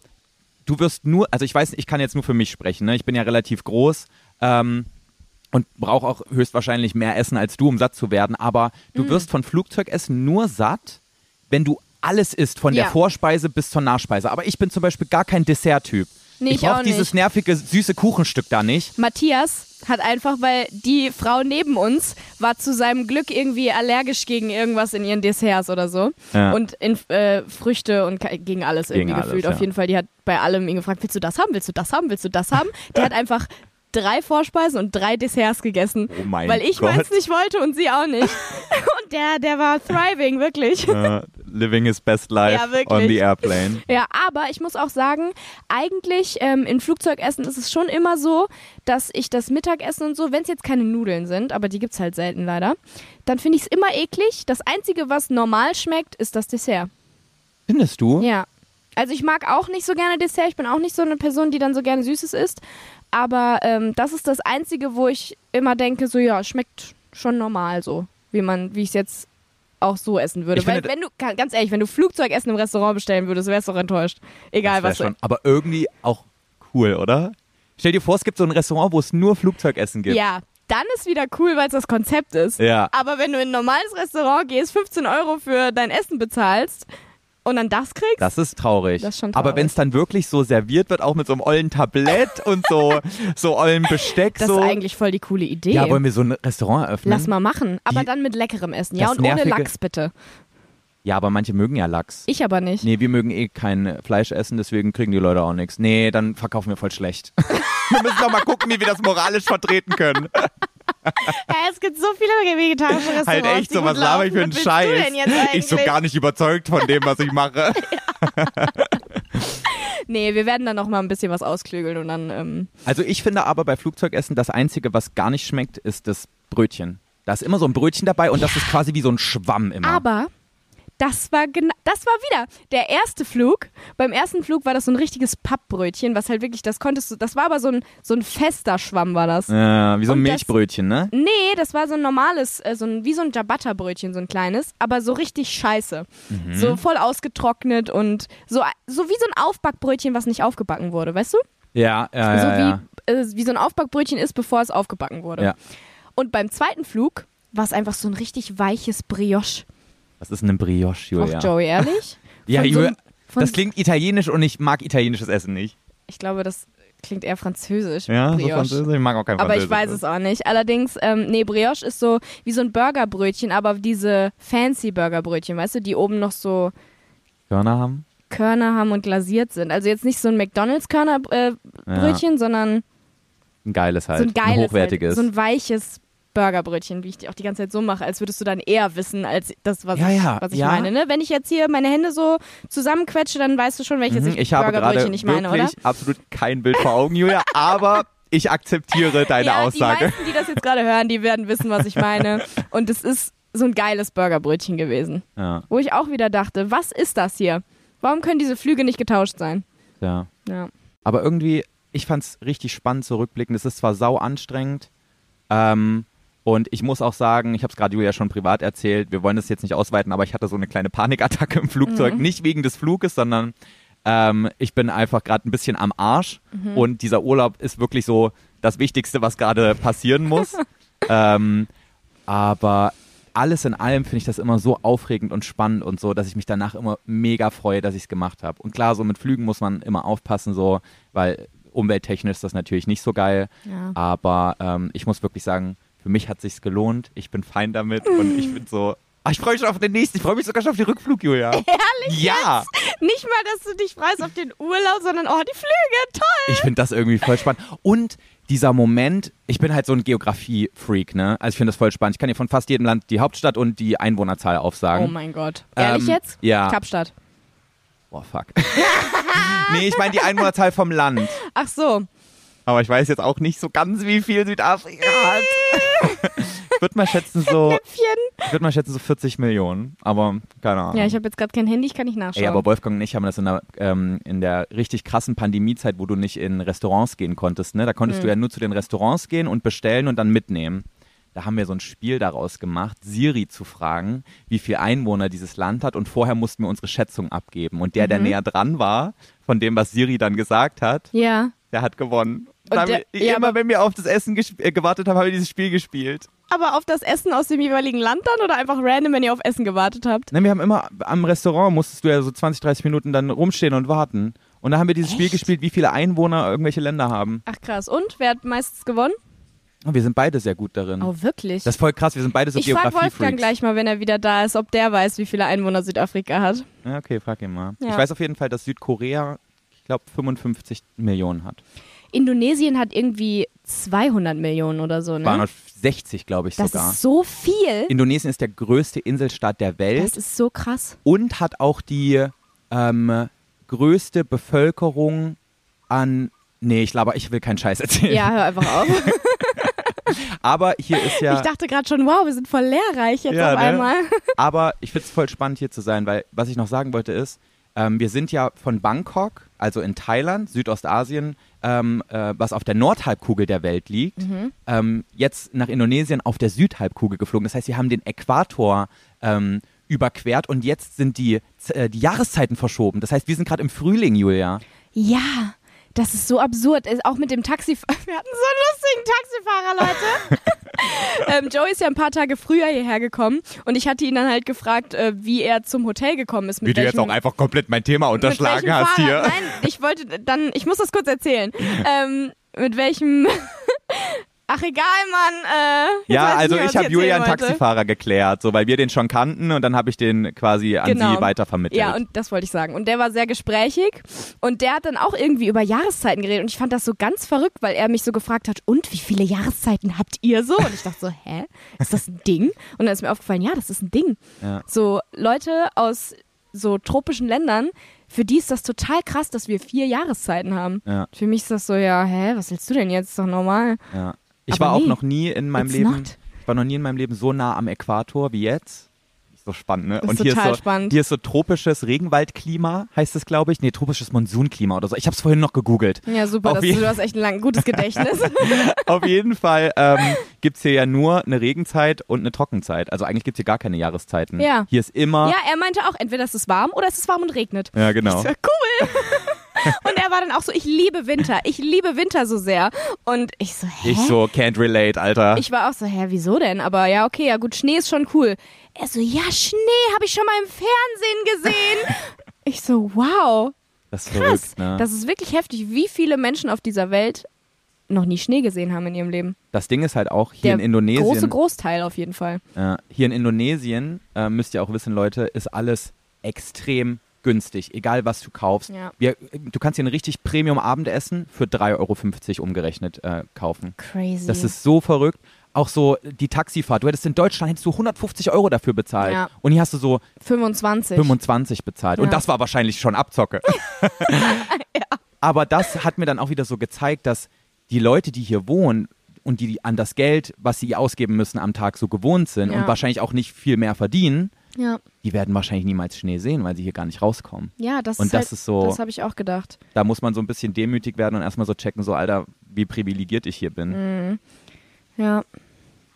B: du wirst nur, also ich weiß, ich kann jetzt nur für mich sprechen, ne? ich bin ja relativ groß ähm, und brauche auch höchstwahrscheinlich mehr Essen als du, um satt zu werden, aber du
A: Mhm.
B: wirst von Flugzeugessen nur satt, wenn du alles isst, von
A: Ja.
B: der Vorspeise bis zur Nachspeise. Aber ich bin zum Beispiel gar kein Dessert-Typ.
A: Nee,
B: ich
A: ich auch
B: brauche
A: nicht.
B: dieses nervige, süße Kuchenstück da nicht.
A: Matthias hat einfach, weil die Frau neben uns war zu seinem Glück irgendwie allergisch gegen irgendwas in ihren Desserts oder so.
B: Ja.
A: Und in äh, Früchte und ke- gegen alles
B: Gegen
A: irgendwie
B: alles,
A: gefühlt.
B: ja.
A: Auf jeden Fall, die hat bei allem ihn gefragt, willst du das haben, willst du das haben, willst du das haben? Die hat einfach drei Vorspeisen und drei Desserts gegessen.
B: Oh mein
A: weil ich
B: Gott.
A: meins nicht wollte und sie auch nicht. und der, der war thriving, wirklich.
B: Äh, living his best life
A: Ja, wirklich. on the
B: airplane.
A: Ja, aber ich muss auch sagen, eigentlich ähm, in Flugzeugessen ist es schon immer so, dass ich das Mittagessen und so, wenn es jetzt keine Nudeln sind, aber die gibt's halt selten leider, dann finde ich es immer eklig. Das Einzige, was normal schmeckt, ist das Dessert.
B: Findest du?
A: Ja. Also ich mag auch nicht so gerne Dessert. Ich bin auch nicht so eine Person, die dann so gerne Süßes isst. Aber ähm, das ist das Einzige, wo ich immer denke, so ja, schmeckt schon normal so, wie man, wie ich es jetzt auch so essen würde.
B: Ich
A: Weil
B: finde,
A: wenn du, ga- ganz ehrlich, wenn du Flugzeugessen im Restaurant bestellen würdest, wärst du auch enttäuscht. Egal
B: Das wär
A: was. du-
B: schon, aber irgendwie auch cool, oder? Stell dir vor, es gibt so ein Restaurant, wo es nur Flugzeugessen gibt.
A: Ja, dann ist wieder cool, weil es das Konzept ist.
B: Ja.
A: Aber wenn du in ein normales Restaurant gehst, 15 Euro für dein Essen bezahlst und dann das kriegst.
B: Das ist traurig.
A: Das ist schon
B: Aber
A: traurig.
B: wenn es dann wirklich so serviert wird, auch mit so einem ollen Tablett und so, so ollen Besteck,
A: Das
B: so.
A: ist eigentlich voll die coole Idee.
B: ja, wollen wir so ein Restaurant eröffnen?
A: Lass mal machen. Aber
B: Mhm. Die-
A: dann mit leckerem Essen. Ja, und
B: Das
A: ohne
B: nervige-
A: Lachs bitte.
B: Ja, aber manche mögen ja Lachs.
A: Ich aber nicht.
B: Nee, wir mögen eh kein Fleisch essen, deswegen kriegen die Leute auch nichts. Nee, dann verkaufen wir voll schlecht. wir müssen doch mal gucken, wie wir das moralisch vertreten können.
A: Ja, es gibt so viele vegetarische Restaurants.
B: halt echt,
A: die
B: so
A: gut
B: was laber ich für einen
A: laufen. Was willst
B: Scheiß.
A: du denn jetzt eigentlich?
B: ich so gar nicht überzeugt von dem, was ich mache.
A: Nee, wir werden dann noch mal ein bisschen was ausklügeln und dann. Ähm,
B: Also ich finde aber bei Flugzeugessen das Einzige, was gar nicht schmeckt, ist das Brötchen. Da ist immer so ein Brötchen dabei und das ist quasi wie so ein Schwamm immer.
A: Aber das war genau, das war wieder der erste Flug. Beim ersten Flug war das so ein richtiges Pappbrötchen, was halt wirklich, das konntest du, das war aber so ein, so ein fester Schwamm war das.
B: äh, wie so ein
A: Und das-
B: Milchbrötchen, ne?
A: Nee, das war so ein normales, äh, so ein, wie so ein Ciabatta-Brötchen, so ein kleines, aber so richtig scheiße.
B: Mhm.
A: So voll ausgetrocknet und so, so wie so ein Aufbackbrötchen, was nicht aufgebacken wurde, weißt du?
B: Ja, ja,
A: so
B: Ah, ja, ja.
A: wie, äh, wie so ein Aufbackbrötchen ist, bevor es aufgebacken wurde.
B: Ja.
A: Und beim zweiten Flug war es einfach so ein richtig weiches Brioche.
B: Was ist denn ein Brioche,
A: Auch
B: Julia?
A: Joey, ehrlich?
B: ja,
A: Von so
B: Julia,
A: einem- von
B: das klingt italienisch und ich mag italienisches Essen nicht.
A: Ich glaube, das klingt eher französisch.
B: Ja, so
A: Brioche.
B: Französisch, ich mag auch kein
A: aber
B: Französisch.
A: ich weiß es auch nicht. Allerdings, ähm, nee, Brioche ist so wie so ein Burgerbrötchen, aber diese fancy Burgerbrötchen, weißt du, die oben noch so
B: Körner haben?
A: Körner haben und glasiert sind. Also jetzt nicht so ein McDonalds-Körnerbrötchen, äh,
B: Ja.
A: Brötchen, sondern
B: Ein geiles halt.
A: so ein geiles,
B: ein
A: Halt,
B: hochwertiges.
A: so ein weiches Burgerbrötchen, wie ich die auch die ganze Zeit so mache, als würdest du dann eher wissen, als das, was
B: Ja,
A: ich,
B: ja,
A: was ich
B: ja.
A: meine. Ne? Wenn ich jetzt hier meine Hände so zusammenquetsche, dann weißt du schon, welches
B: Mhm, ich habe gerade
A: Burgerbrötchen ich meine, oder?
B: wirklich absolut kein Bild vor Augen, Julia, aber ich akzeptiere deine
A: ja, Die
B: Aussage.
A: meisten, die das jetzt gerade hören, die werden wissen, was ich meine. Und es ist so ein geiles Burgerbrötchen gewesen.
B: Ja,
A: Wo ich auch wieder dachte, was ist das hier? Warum können diese Flüge nicht getauscht sein?
B: ja.
A: Ja.
B: Aber irgendwie, ich fand's richtig spannend zurückblickend. Es ist zwar sau anstrengend. Ähm, und ich muss auch sagen, ich habe es gerade Julia schon privat erzählt, wir wollen das jetzt nicht ausweiten, aber ich hatte so eine kleine Panikattacke im Flugzeug. Nicht wegen des Fluges, sondern ähm, ich bin einfach gerade ein bisschen am Arsch. Und dieser Urlaub ist wirklich so das Wichtigste, was gerade passieren muss. ähm, aber alles in allem finde ich das immer so aufregend und spannend und so, dass ich mich danach immer mega freue, dass ich es gemacht habe. Und klar, so mit Flügen muss man immer aufpassen, so, weil umwelttechnisch ist das natürlich nicht so geil.
A: Ja.
B: Aber ähm, ich muss wirklich sagen, für mich hat sich's gelohnt. Ich bin fein damit und ich bin so. Ah, ich freue mich schon auf den nächsten. Ich freue mich sogar schon auf den Rückflug, Julia. Ehrlich? Ja.
A: Nicht mal, dass du dich freust auf den Urlaub, sondern oh, die Flüge, toll!
B: Ich finde das irgendwie voll spannend. Und dieser Moment, ich bin halt so ein Geografie-Freak, ne? Also ich finde das voll spannend. Ich kann dir von fast jedem Land die Hauptstadt und die Einwohnerzahl aufsagen.
A: Oh mein Gott.
B: Ähm,
A: Ehrlich jetzt?
B: ja.
A: Kapstadt.
B: Boah, fuck. nee, ich meine die Einwohnerzahl vom Land.
A: Ach so.
B: Aber ich weiß jetzt auch nicht so ganz, wie viel Südafrika hat. ich würde mal schätzen so,
A: Pien.
B: ich würde mal schätzen so 40 Millionen, aber keine Ahnung.
A: Ja, ich habe jetzt gerade kein Handy, ich kann nicht nachschauen.
B: Ey, aber Wolfgang und ich haben das in der, ähm, in der richtig krassen Pandemiezeit, wo du nicht in Restaurants gehen konntest, ne? Da konntest
A: Hm.
B: du ja nur zu den Restaurants gehen und bestellen und dann mitnehmen. Da haben wir so ein Spiel daraus gemacht, Siri zu fragen, wie viel Einwohner dieses Land hat und vorher mussten wir unsere Schätzung abgeben. Und der,
A: Mhm.
B: der näher dran war, von dem, was Siri dann gesagt hat,
A: ja.
B: der hat gewonnen.
A: Und
B: Da haben
A: der-
B: wir,
A: ja,
B: immer
A: aber-
B: wenn wir auf das Essen gesp- äh, gewartet haben, haben wir dieses Spiel gespielt.
A: Aber auf das Essen aus dem jeweiligen Land dann oder einfach random, wenn ihr auf Essen gewartet habt?
B: Nein, Ne, wir haben immer am Restaurant musstest du ja so 20, 30 Minuten dann rumstehen und warten. Und da haben wir dieses Spiel gespielt, wie viele Einwohner irgendwelche Länder haben.
A: Ach krass. Und wer hat meistens gewonnen?
B: Und wir sind beide sehr gut darin.
A: Oh, wirklich?
B: Das ist voll krass, wir sind beide so
A: ich frage Wolfgang
B: Geografie-Freaks.
A: gleich mal, wenn er wieder da ist, ob der weiß, wie viele Einwohner Südafrika hat.
B: Ja, okay, frag ihn mal.
A: Ja.
B: Ich weiß auf jeden Fall, dass Südkorea, ich glaube, 55 Millionen hat.
A: Indonesien hat irgendwie 200 Millionen oder so, ne?
B: 260, glaube ich
A: Das
B: sogar.
A: ist so viel.
B: Indonesien ist der größte Inselstaat der Welt.
A: Das ist so krass.
B: und hat auch die ähm, größte Bevölkerung an. Nee, ich glaube, ich will keinen Scheiß erzählen.
A: Ja, hör einfach auf.
B: Aber hier ist ja.
A: Ich dachte gerade schon, wow, wir sind voll lehrreich jetzt
B: Ja,
A: auf
B: ne?
A: einmal.
B: aber ich finde es voll spannend hier zu sein, weil was ich noch sagen wollte ist, ähm, wir sind ja von Bangkok, also in Thailand, Südostasien, ähm, äh, was auf der Nordhalbkugel der Welt liegt,
A: Mhm.
B: ähm, jetzt nach Indonesien auf der Südhalbkugel geflogen. Das heißt, wir haben den Äquator ähm, überquert und jetzt sind die, Z- äh, die Jahreszeiten verschoben. Das heißt, wir sind gerade im Frühling, Julia.
A: Ja, Äh, das ist so absurd. Ist Auch mit dem Taxifahrer. Wir hatten so einen lustigen Taxifahrer, Leute. ähm, Joey ist ja ein paar Tage früher hierher gekommen und ich hatte ihn dann halt gefragt, äh, wie er zum Hotel gekommen ist. Mit
B: Wie du jetzt
A: welchem-
B: auch einfach komplett mein Thema
A: mit
B: unterschlagen
A: welchem
B: hast
A: Fahrrad?
B: hier.
A: Nein, ich wollte dann, ich muss das kurz erzählen. Ähm, mit welchem. Ach, egal, Mann. Äh, ich weiß
B: Ja,
A: nicht,
B: also
A: was
B: ich habe
A: erzählen
B: Julia einen
A: wollte.
B: Taxifahrer geklärt, so weil wir den schon kannten und dann habe ich den quasi an sie weitervermittelt.
A: Genau. Ja, und das wollte ich sagen. Und der war sehr gesprächig und der hat dann auch irgendwie über Jahreszeiten geredet und ich fand das so ganz verrückt, weil er mich so gefragt hat, und wie viele Jahreszeiten habt ihr so? Und ich dachte so, hä, ist das ein Ding? Und dann ist mir aufgefallen, ja, das ist ein Ding.
B: Ja.
A: So Leute aus so tropischen Ländern, für die ist das total krass, dass wir vier Jahreszeiten haben.
B: Ja.
A: Für mich ist das so, ja, hä, was willst du denn jetzt? Ist doch normal.
B: ja. Ich
A: Aber
B: war auch
A: nee,
B: noch nie in meinem
A: it's
B: Leben,
A: not.
B: ich war noch nie in meinem Leben so nah am Äquator wie jetzt. Ist So spannend, ne?
A: Ist
B: und hier ist,
A: total
B: so,
A: spannend.
B: hier ist so tropisches Regenwaldklima, heißt es, glaube ich. Nee, tropisches Monsunklima oder so. Ich habe es vorhin noch gegoogelt.
A: Ja, super,
B: Auf
A: dass du,
B: jeden-
A: du hast echt ein lang, gutes Gedächtnis.
B: Auf jeden Fall ähm, gibt's hier ja nur eine Regenzeit und eine Trockenzeit. Also eigentlich gibt's hier gar keine Jahreszeiten.
A: Ja.
B: Hier ist immer.
A: ja, er meinte auch, entweder es ist warm oder es ist warm und regnet.
B: Ja, genau.
A: Das war cool. Und er war dann auch so, ich liebe Winter, ich liebe Winter so sehr. Und ich so, hä?
B: Ich so "Ah." can't relate, Alter.
A: Ich war auch so, hä, wieso denn? Aber ja, okay, ja gut, Schnee ist schon cool. Er so, ja, Schnee habe ich schon mal im Fernsehen gesehen. Ich so, wow,
B: das ist
A: krass.
B: verrückt, ne?
A: Das ist wirklich heftig, wie viele Menschen auf dieser Welt noch nie Schnee gesehen haben in ihrem Leben.
B: Das Ding ist halt auch hier
A: Der
B: in Indonesien.
A: große Großteil auf jeden Fall.
B: äh, hier in Indonesien, äh, müsst ihr auch wissen, Leute, ist alles extrem günstig, egal was du kaufst.
A: Ja.
B: Wir, du kannst hier ein richtig Premium-Abendessen für 3,50 Euro umgerechnet äh, kaufen.
A: Crazy.
B: Das ist so verrückt. Auch so die Taxifahrt. Du hättest in Deutschland hättest du 150 Euro dafür bezahlt.
A: Ja.
B: Und hier hast du so
A: 25.
B: 25 bezahlt.
A: Ja.
B: Und das war wahrscheinlich schon Abzocke. Aber das hat mir dann auch wieder so gezeigt, dass die Leute, die hier wohnen und die an das Geld, was sie ausgeben müssen am Tag, so gewohnt sind
A: Ja.
B: und wahrscheinlich auch nicht viel mehr verdienen,
A: ja.
B: die werden wahrscheinlich niemals Schnee sehen, weil sie hier gar nicht rauskommen.
A: ja, das
B: Und
A: ist
B: das
A: halt,
B: ist so-
A: Das habe ich auch gedacht.
B: Da muss man so ein bisschen demütig werden und erstmal so checken, so Alter, wie privilegiert ich hier bin.
A: Mhm. Ja.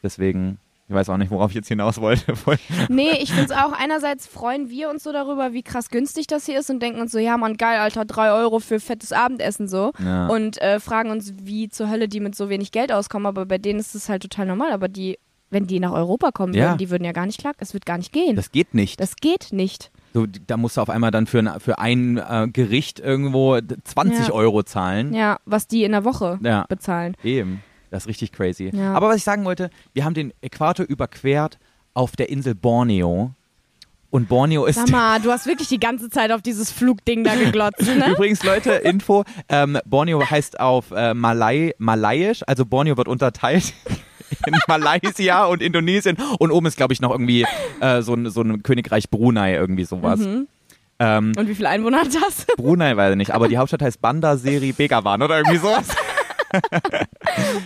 B: Deswegen, ich weiß auch nicht, worauf ich jetzt hinaus wollte. Voll-
A: Nee, ich find's auch. Einerseits freuen wir uns so darüber, wie krass günstig das hier ist und denken uns so, ja Mann, geil, Alter, drei Euro für fettes Abendessen so.
B: Ja.
A: Und äh, fragen uns, wie zur Hölle die mit so wenig Geld auskommen. Aber bei denen ist es halt total normal. Aber die, wenn die nach Europa kommen
B: Ja.
A: würden, die würden ja gar nicht klagen. Es wird gar nicht gehen. Das,
B: Das geht nicht.
A: geht nicht.
B: So, da musst du auf einmal dann für ein, für ein äh, Gericht irgendwo d- 20
A: Ja.
B: Euro zahlen.
A: Ja, was die in der Woche
B: Ja.
A: bezahlen.
B: Eben. Das ist richtig crazy.
A: Ja.
B: Aber was ich sagen wollte, wir haben den Äquator überquert auf der Insel Borneo. Und Borneo ist.
A: Sag mal, du hast wirklich die ganze Zeit auf dieses Flugding da geglotzt, ne?
B: Übrigens, Leute, Info: ähm, Borneo heißt auf äh, Malai, Malaiisch, also Borneo wird unterteilt in Malaysia und Indonesien. Und oben ist, glaube ich, noch irgendwie äh, so, ein, so ein Königreich Brunei, irgendwie sowas.
A: Mhm.
B: Ähm,
A: Und wie viele Einwohner hat das?
B: Brunei weiß ich nicht, aber die Hauptstadt heißt Bandar-Seri Begawan oder irgendwie sowas.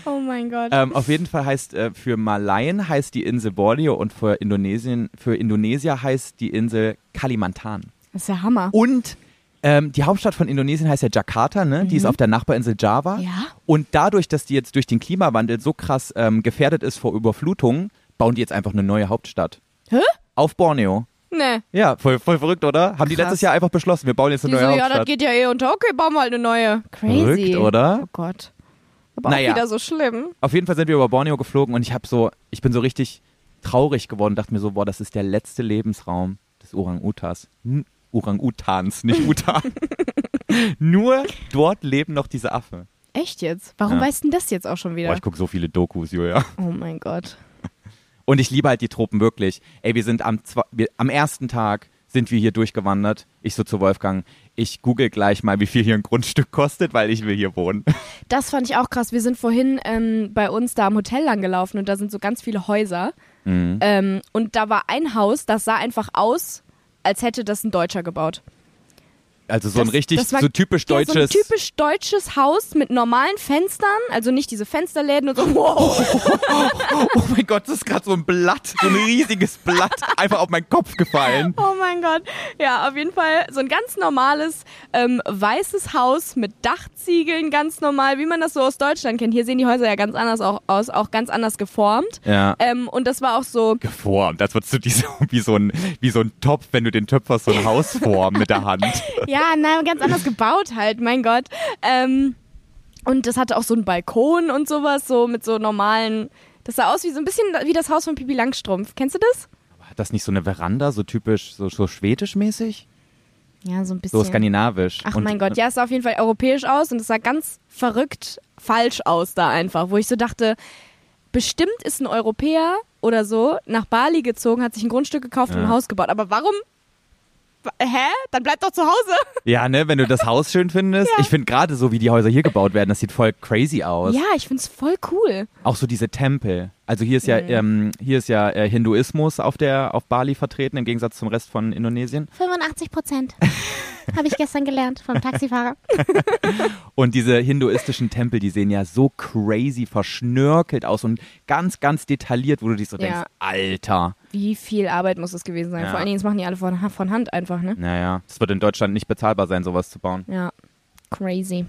A: Oh mein Gott.
B: Ähm, auf jeden Fall heißt äh, für Malaien heißt die Insel Borneo und für Indonesien, für Indonesier heißt die Insel Kalimantan.
A: Das ist ja Hammer.
B: Und ähm, die Hauptstadt von Indonesien heißt ja Jakarta, ne? Die ist auf der Nachbarinsel Java.
A: Mhm. Ja.
B: Und dadurch, dass die jetzt durch den Klimawandel so krass ähm, gefährdet ist vor Überflutungen, bauen die jetzt einfach eine neue Hauptstadt.
A: Hä?
B: Auf Borneo.
A: Ne.
B: Ja, voll, voll verrückt, oder? Haben die
A: Krass.
B: letztes Jahr einfach beschlossen, wir bauen jetzt
A: Die
B: eine
A: so,
B: neue
A: ja, das
B: Hauptstadt.
A: geht ja eh unter. Okay, bauen wir halt eine neue. Crazy.
B: Verrückt, oder?
A: Oh Gott. Aber
B: Naja.
A: auch wieder so schlimm.
B: Auf jeden Fall sind wir über Borneo geflogen und ich habe so, ich bin so richtig traurig geworden, dachte mir so, boah, das ist der letzte Lebensraum des Orang-Utas. N- Orang-Utans, nicht Utan. Nur dort leben noch diese Affe.
A: Echt jetzt? Warum
B: Ja.
A: weißt du denn das jetzt auch schon
B: Boah,
A: wieder?
B: ich gucke so viele Dokus, Julia.
A: Oh mein Gott.
B: Und ich liebe halt die Tropen wirklich. Ey, wir sind am, zwe- wir, am ersten Tag sind wir hier durchgewandert. Ich so zu Wolfgang, ich google gleich mal, wie viel hier ein Grundstück kostet, weil ich will hier wohnen.
A: Das fand ich auch krass. Wir sind vorhin ähm, bei uns da am Hotel lang gelaufen und da sind so ganz viele Häuser.
B: Mhm.
A: Ähm, und da war ein Haus, das sah einfach aus, als hätte das ein Deutscher gebaut.
B: Also so ein
A: Das-
B: richtig,
A: das war-
B: so typisch
A: Ja, so ein
B: deutsches.
A: typisch deutsches Haus mit normalen Fenstern, also nicht diese Fensterläden und so. Wow.
B: Oh mein Gott, das ist gerade so ein Blatt, so ein riesiges Blatt, einfach auf meinen Kopf gefallen.
A: Oh mein Gott. Ja, auf jeden Fall so ein ganz normales ähm, weißes Haus mit Dachziegeln, ganz normal, wie man das so aus Deutschland kennt. Hier sehen die Häuser ja ganz anders auch aus, auch ganz anders geformt.
B: Ja.
A: Ähm, und das war auch so,
B: Äh, Geformt, als würdest du die so, wie, so ein, wie so ein Topf, wenn du den Töpfer aus so ein Haus formen mit der Hand.
A: ja, nein, ganz anders gebaut halt, mein Gott. Ähm, und das hatte auch so einen Balkon und sowas, so mit so normalen Das sah aus wie so ein bisschen wie das Haus von Pipi Langstrumpf. Kennst du das?
B: Aber Hat das nicht so eine Veranda, so typisch, so, so schwedisch-mäßig?
A: Ja, so ein bisschen.
B: So skandinavisch.
A: Ach
B: Und- äh,
A: mein Gott, ja, es sah auf jeden Fall europäisch aus und es sah ganz verrückt falsch aus da einfach, wo ich so dachte, bestimmt ist ein Europäer oder so nach Bali gezogen, hat sich ein Grundstück gekauft und
B: Ja.
A: ein Haus gebaut. Aber warum? Hä? Dann bleib doch zu Hause.
B: Ja, ne, wenn du das Haus schön findest.
A: Ja.
B: Ich finde gerade so, wie die Häuser hier gebaut werden, das sieht voll crazy aus.
A: Ja, ich find's voll cool.
B: Auch so diese Tempel. Also hier ist
A: Mhm.
B: ja, ähm, hier ist ja äh, Hinduismus auf der auf Bali vertreten, im Gegensatz zum Rest von Indonesien.
C: 85 Prozent. Habe ich gestern gelernt vom Taxifahrer.
B: Und diese hinduistischen Tempel, die sehen ja so crazy verschnörkelt aus und ganz, ganz detailliert, wo du dich so
A: Ja.
B: denkst, Alter.
A: Wie viel Arbeit muss das gewesen sein?
B: Ja.
A: Vor allen Dingen, das machen die alle von, von Hand einfach, ne?
B: Naja, das wird in Deutschland nicht bezahlbar sein, sowas zu bauen.
A: Ja. Crazy.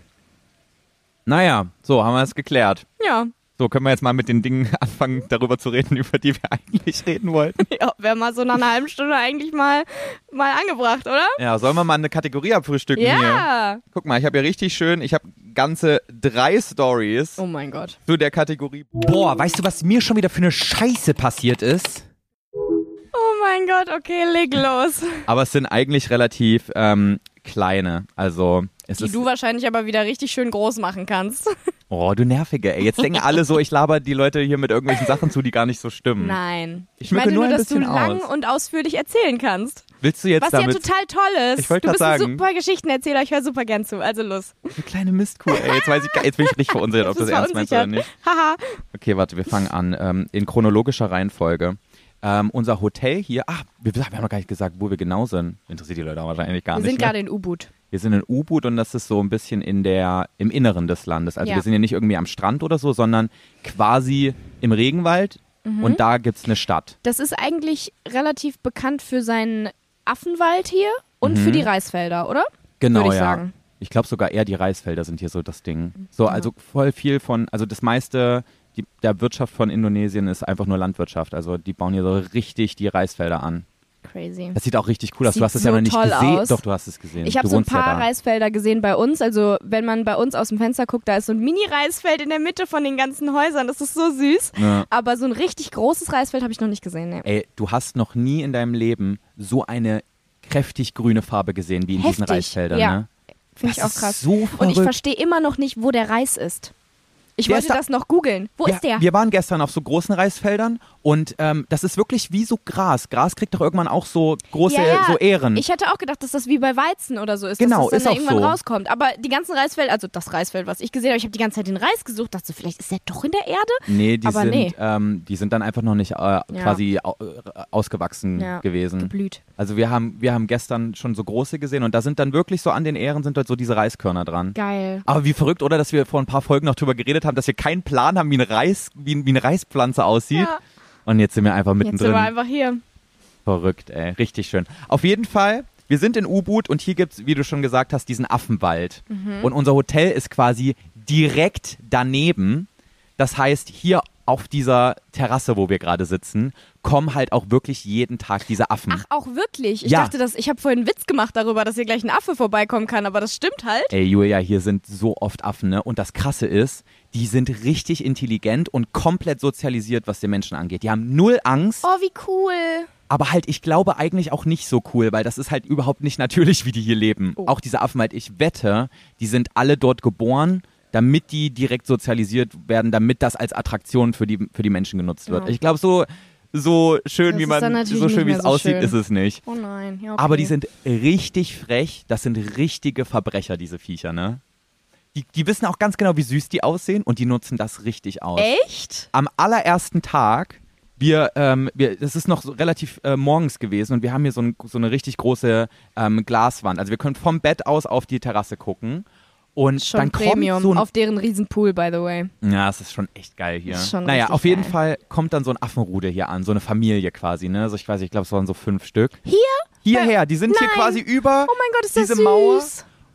B: Naja, so haben wir es geklärt.
A: Ja.
B: So können wir jetzt mal mit den Dingen anfangen, darüber zu reden, über die wir eigentlich reden wollten.
A: ja Wäre mal so nach einer halben Stunde eigentlich mal, mal angebracht, oder?
B: Ja, sollen wir mal eine Kategorie abfrühstücken hier?
A: Ja.
B: Guck mal, ich habe hier richtig schön, ich habe ganze drei Stories
A: Oh mein Gott.
B: zu der Kategorie. Boah, weißt du, was mir schon wieder für eine Scheiße passiert ist?
A: Oh mein Gott, okay, leg los.
B: Aber es sind eigentlich relativ ähm, kleine. Also es
A: Die
B: ist.
A: du wahrscheinlich aber wieder richtig schön groß machen kannst.
B: oh, du nervige, ey. Jetzt denken alle so, ich laber die Leute hier mit irgendwelchen Sachen zu, die gar nicht so stimmen.
A: Nein.
B: Ich
A: meine
B: schmücke nur
A: nur,
B: ein
A: dass du
B: bisschen
A: lang
B: aus.
A: und ausführlich erzählen kannst.
B: Willst du jetzt
A: Was ja
B: damit
A: total toll ist.
B: Ich wollte
A: du
B: grad
A: bist ein
B: sagen.
A: super Geschichtenerzähler, ich höre super gern zu. Also los.
B: eine kleine Mistkuh, ey. Jetzt weiß ich gar, jetzt bin ich richtig verunsichert, ob
A: Jetzt
B: das
A: bist du
B: ernst meinst oder
A: verunsichert.
B: nicht. Ah,
A: Haha.
B: Okay, warte, wir fangen an. Ähm, in chronologischer Reihenfolge. Ähm, unser Hotel hier, ah, wir, wir haben noch gar nicht gesagt, wo wir genau sind. Interessiert die Leute auch wahrscheinlich gar
A: Wir
B: nicht.
A: sind
B: ne?
A: gerade in U-Boot.
B: Wir sind in U-Boot und das ist so ein bisschen in der, im Inneren des Landes. Also
A: Ja.
B: wir sind ja nicht irgendwie am Strand oder so, sondern quasi im Regenwald
A: Mhm.
B: und da gibt's eine Stadt.
A: Das ist eigentlich relativ bekannt für seinen Affenwald hier und für die
B: Mhm.
A: Reisfelder, oder?
B: Genau,
A: Würde ich
B: ja.
A: sagen. Mhm.
B: Ich glaube sogar eher die Reisfelder sind hier so das Ding. So, also voll viel von, also das meiste die, der Wirtschaft von Indonesien ist einfach nur Landwirtschaft. Also die bauen hier so richtig die Reisfelder an.
A: Crazy.
B: Das sieht auch richtig cool aus.
A: Sieht
B: du hast es ja
A: so
B: noch nicht
A: toll
B: gesehen.
A: aus.
B: Doch, du hast es gesehen.
A: Ich habe
B: Du
A: so ein
B: wohnst ja
A: paar
B: da.
A: Reisfelder gesehen bei uns. Also wenn man bei uns aus dem Fenster guckt, da ist so ein Mini-Reisfeld in der Mitte von den ganzen Häusern. Das ist so süß.
B: Ja.
A: Aber so ein richtig großes Reisfeld habe ich noch nicht gesehen. Nee.
B: Ey, du hast noch nie in deinem Leben so eine kräftig grüne Farbe gesehen wie in diesen
A: Heftig,
B: Reisfeldern.
A: ja.
B: Ne?
A: Finde
B: Das
A: ich auch
B: ist
A: krass.
B: so
A: Und ich
B: verrückt.
A: verstehe immer noch nicht, wo der Reis ist. Ich
B: Der
A: wollte
B: ist da-
A: das noch googeln. Wo
B: wir,
A: ist der?
B: Wir waren gestern auf so großen Reisfeldern und ähm, das ist wirklich wie so Gras. Gras kriegt doch irgendwann auch so große
A: Ja, ja.
B: so Ähren.
A: Ich hätte auch gedacht, dass das wie bei Weizen oder so ist, dass
B: Genau,
A: das
B: ist
A: dann
B: auch
A: da irgendwann
B: so.
A: rauskommt. Aber die ganzen Reisfelder, also das Reisfeld, was ich gesehen habe, ich habe die ganze Zeit den Reis gesucht, dachte so, vielleicht ist der doch in der Erde.
B: nee, die
A: aber
B: sind
A: nee.
B: Ähm, die sind dann einfach noch nicht äh, quasi au äh, ausgewachsen
A: Ja,
B: gewesen.
A: geblüht.
B: Also wir haben wir haben gestern schon so große gesehen und da sind dann wirklich so an den Ähren sind halt so diese Reiskörner dran.
A: Geil.
B: Aber wie verrückt, oder, dass wir vor ein paar Folgen noch drüber geredet haben, dass wir keinen Plan haben, wie, ein Reis, wie, ein- wie eine Reispflanze aussieht.
A: Ja.
B: Und jetzt sind wir einfach
A: Jetzt
B: mittendrin.
A: sind wir einfach hier.
B: Verrückt, ey. Richtig schön. Auf jeden Fall, wir sind in U-Boot und hier gibt's, wie du schon gesagt hast, diesen Affenwald. Und unser Hotel ist quasi direkt daneben. Das heißt, hier auf dieser Terrasse, wo wir gerade sitzen, kommen halt auch wirklich jeden Tag diese Affen.
A: Ach, auch wirklich? Ich
B: Ja.
A: dachte, dass, ich habe vorhin einen Witz gemacht darüber, dass hier gleich ein Affe vorbeikommen kann, aber das stimmt halt.
B: Ey, Julia, hier sind so oft Affen, ne? Und das Krasse ist, die sind richtig intelligent und komplett sozialisiert, was den Menschen angeht. Die haben null Angst,
A: Oh, wie cool.
B: aber halt, ich glaube, eigentlich auch nicht so cool, weil das ist halt überhaupt nicht natürlich, wie die hier leben.
A: Oh.
B: Auch diese Affen halt, ich wette, die sind alle dort geboren, damit die direkt sozialisiert werden, damit das als Attraktion für die, für die Menschen genutzt wird.
A: Ja.
B: Ich glaube, so, so schön,
A: Das
B: wie
A: ist dann
B: man,
A: natürlich
B: so schön,
A: nicht
B: wie
A: mehr
B: es
A: so
B: aussieht,
A: schön.
B: ist es nicht.
A: Oh nein. Ja, okay.
B: Aber die sind richtig frech. Das sind richtige Verbrecher, diese Viecher, ne? Die, die wissen auch ganz genau, wie süß die aussehen und die nutzen das richtig aus.
A: Echt?
B: Am allerersten Tag, wir, ähm, wir, das ist noch so relativ äh, morgens gewesen und wir haben hier so, ein, so eine richtig große ähm, Glaswand. Also wir können vom Bett aus auf die Terrasse gucken. Und
A: Schon
B: dann kommt
A: Premium.
B: so ein
A: Auf deren Riesenpool, by the way.
B: ja, es ist schon echt geil hier.
A: Ist schon
B: naja,
A: richtig
B: auf jeden
A: geil.
B: Fall kommt dann so ein Affenrude hier an, so eine Familie quasi, ne? Also ich weiß, ich glaube, es waren so fünf Stück.
A: Hier?
B: Hierher, die sind hier
A: Nein.
B: quasi über
A: Oh mein Gott, ist das
B: diese
A: süß.
B: Mauer.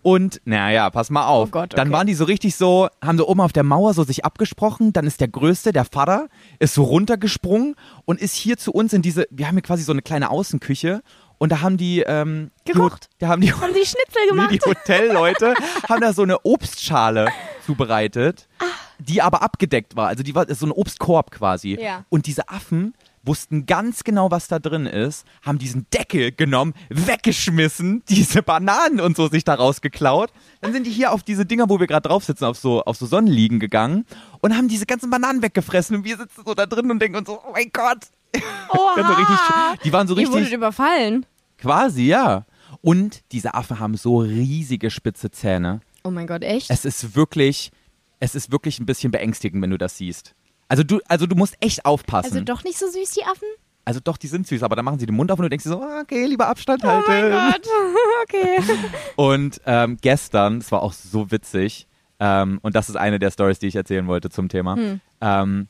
B: Und naja, pass mal auf.
A: Oh Gott,
B: Dann
A: okay.
B: waren die so richtig so, haben so oben auf der Mauer so sich abgesprochen. Dann ist der Größte, der Vater, ist so runtergesprungen und ist hier zu uns in diese, wir haben hier quasi so eine kleine Außenküche. Und da haben die, ähm, die Ho-
A: Gekocht.
B: da haben die
A: Haben sie Schnitzel
B: Nee,
A: gemacht? Ah.
B: die Hotelleute haben da so eine Obstschale zubereitet. die aber abgedeckt war. Also die war ist so ein Obstkorb quasi.
A: Ja.
B: Und diese Affen wussten ganz genau, was da drin ist, haben diesen Deckel genommen, weggeschmissen, diese Bananen und so sich daraus geklaut. Dann sind die hier auf diese Dinger, wo wir gerade drauf sitzen, auf so, auf so Sonnenliegen gegangen und haben diese ganzen Bananen weggefressen. Und wir sitzen so da drin und denken uns so, oh mein Gott. Die waren so richtig, die waren so
A: Ah. Ihr wurdet
B: richtig,
A: überfallen.
B: quasi, ja. Und diese Affen haben so riesige spitze Zähne.
A: Oh mein Gott, echt?
B: Es ist wirklich, es ist wirklich ein bisschen beängstigend, wenn du das siehst. Also du, also du musst echt aufpassen.
C: Also doch nicht so süß, die Affen?
B: Also doch, die sind süß, aber dann machen sie den Mund auf und du denkst dir so, ah, okay, lieber Abstand
A: oh mein Gott.
B: halten.
A: okay.
B: und ähm, gestern, es war auch so witzig, ähm, und das ist eine der Stories, die ich erzählen wollte zum Thema. Ähm,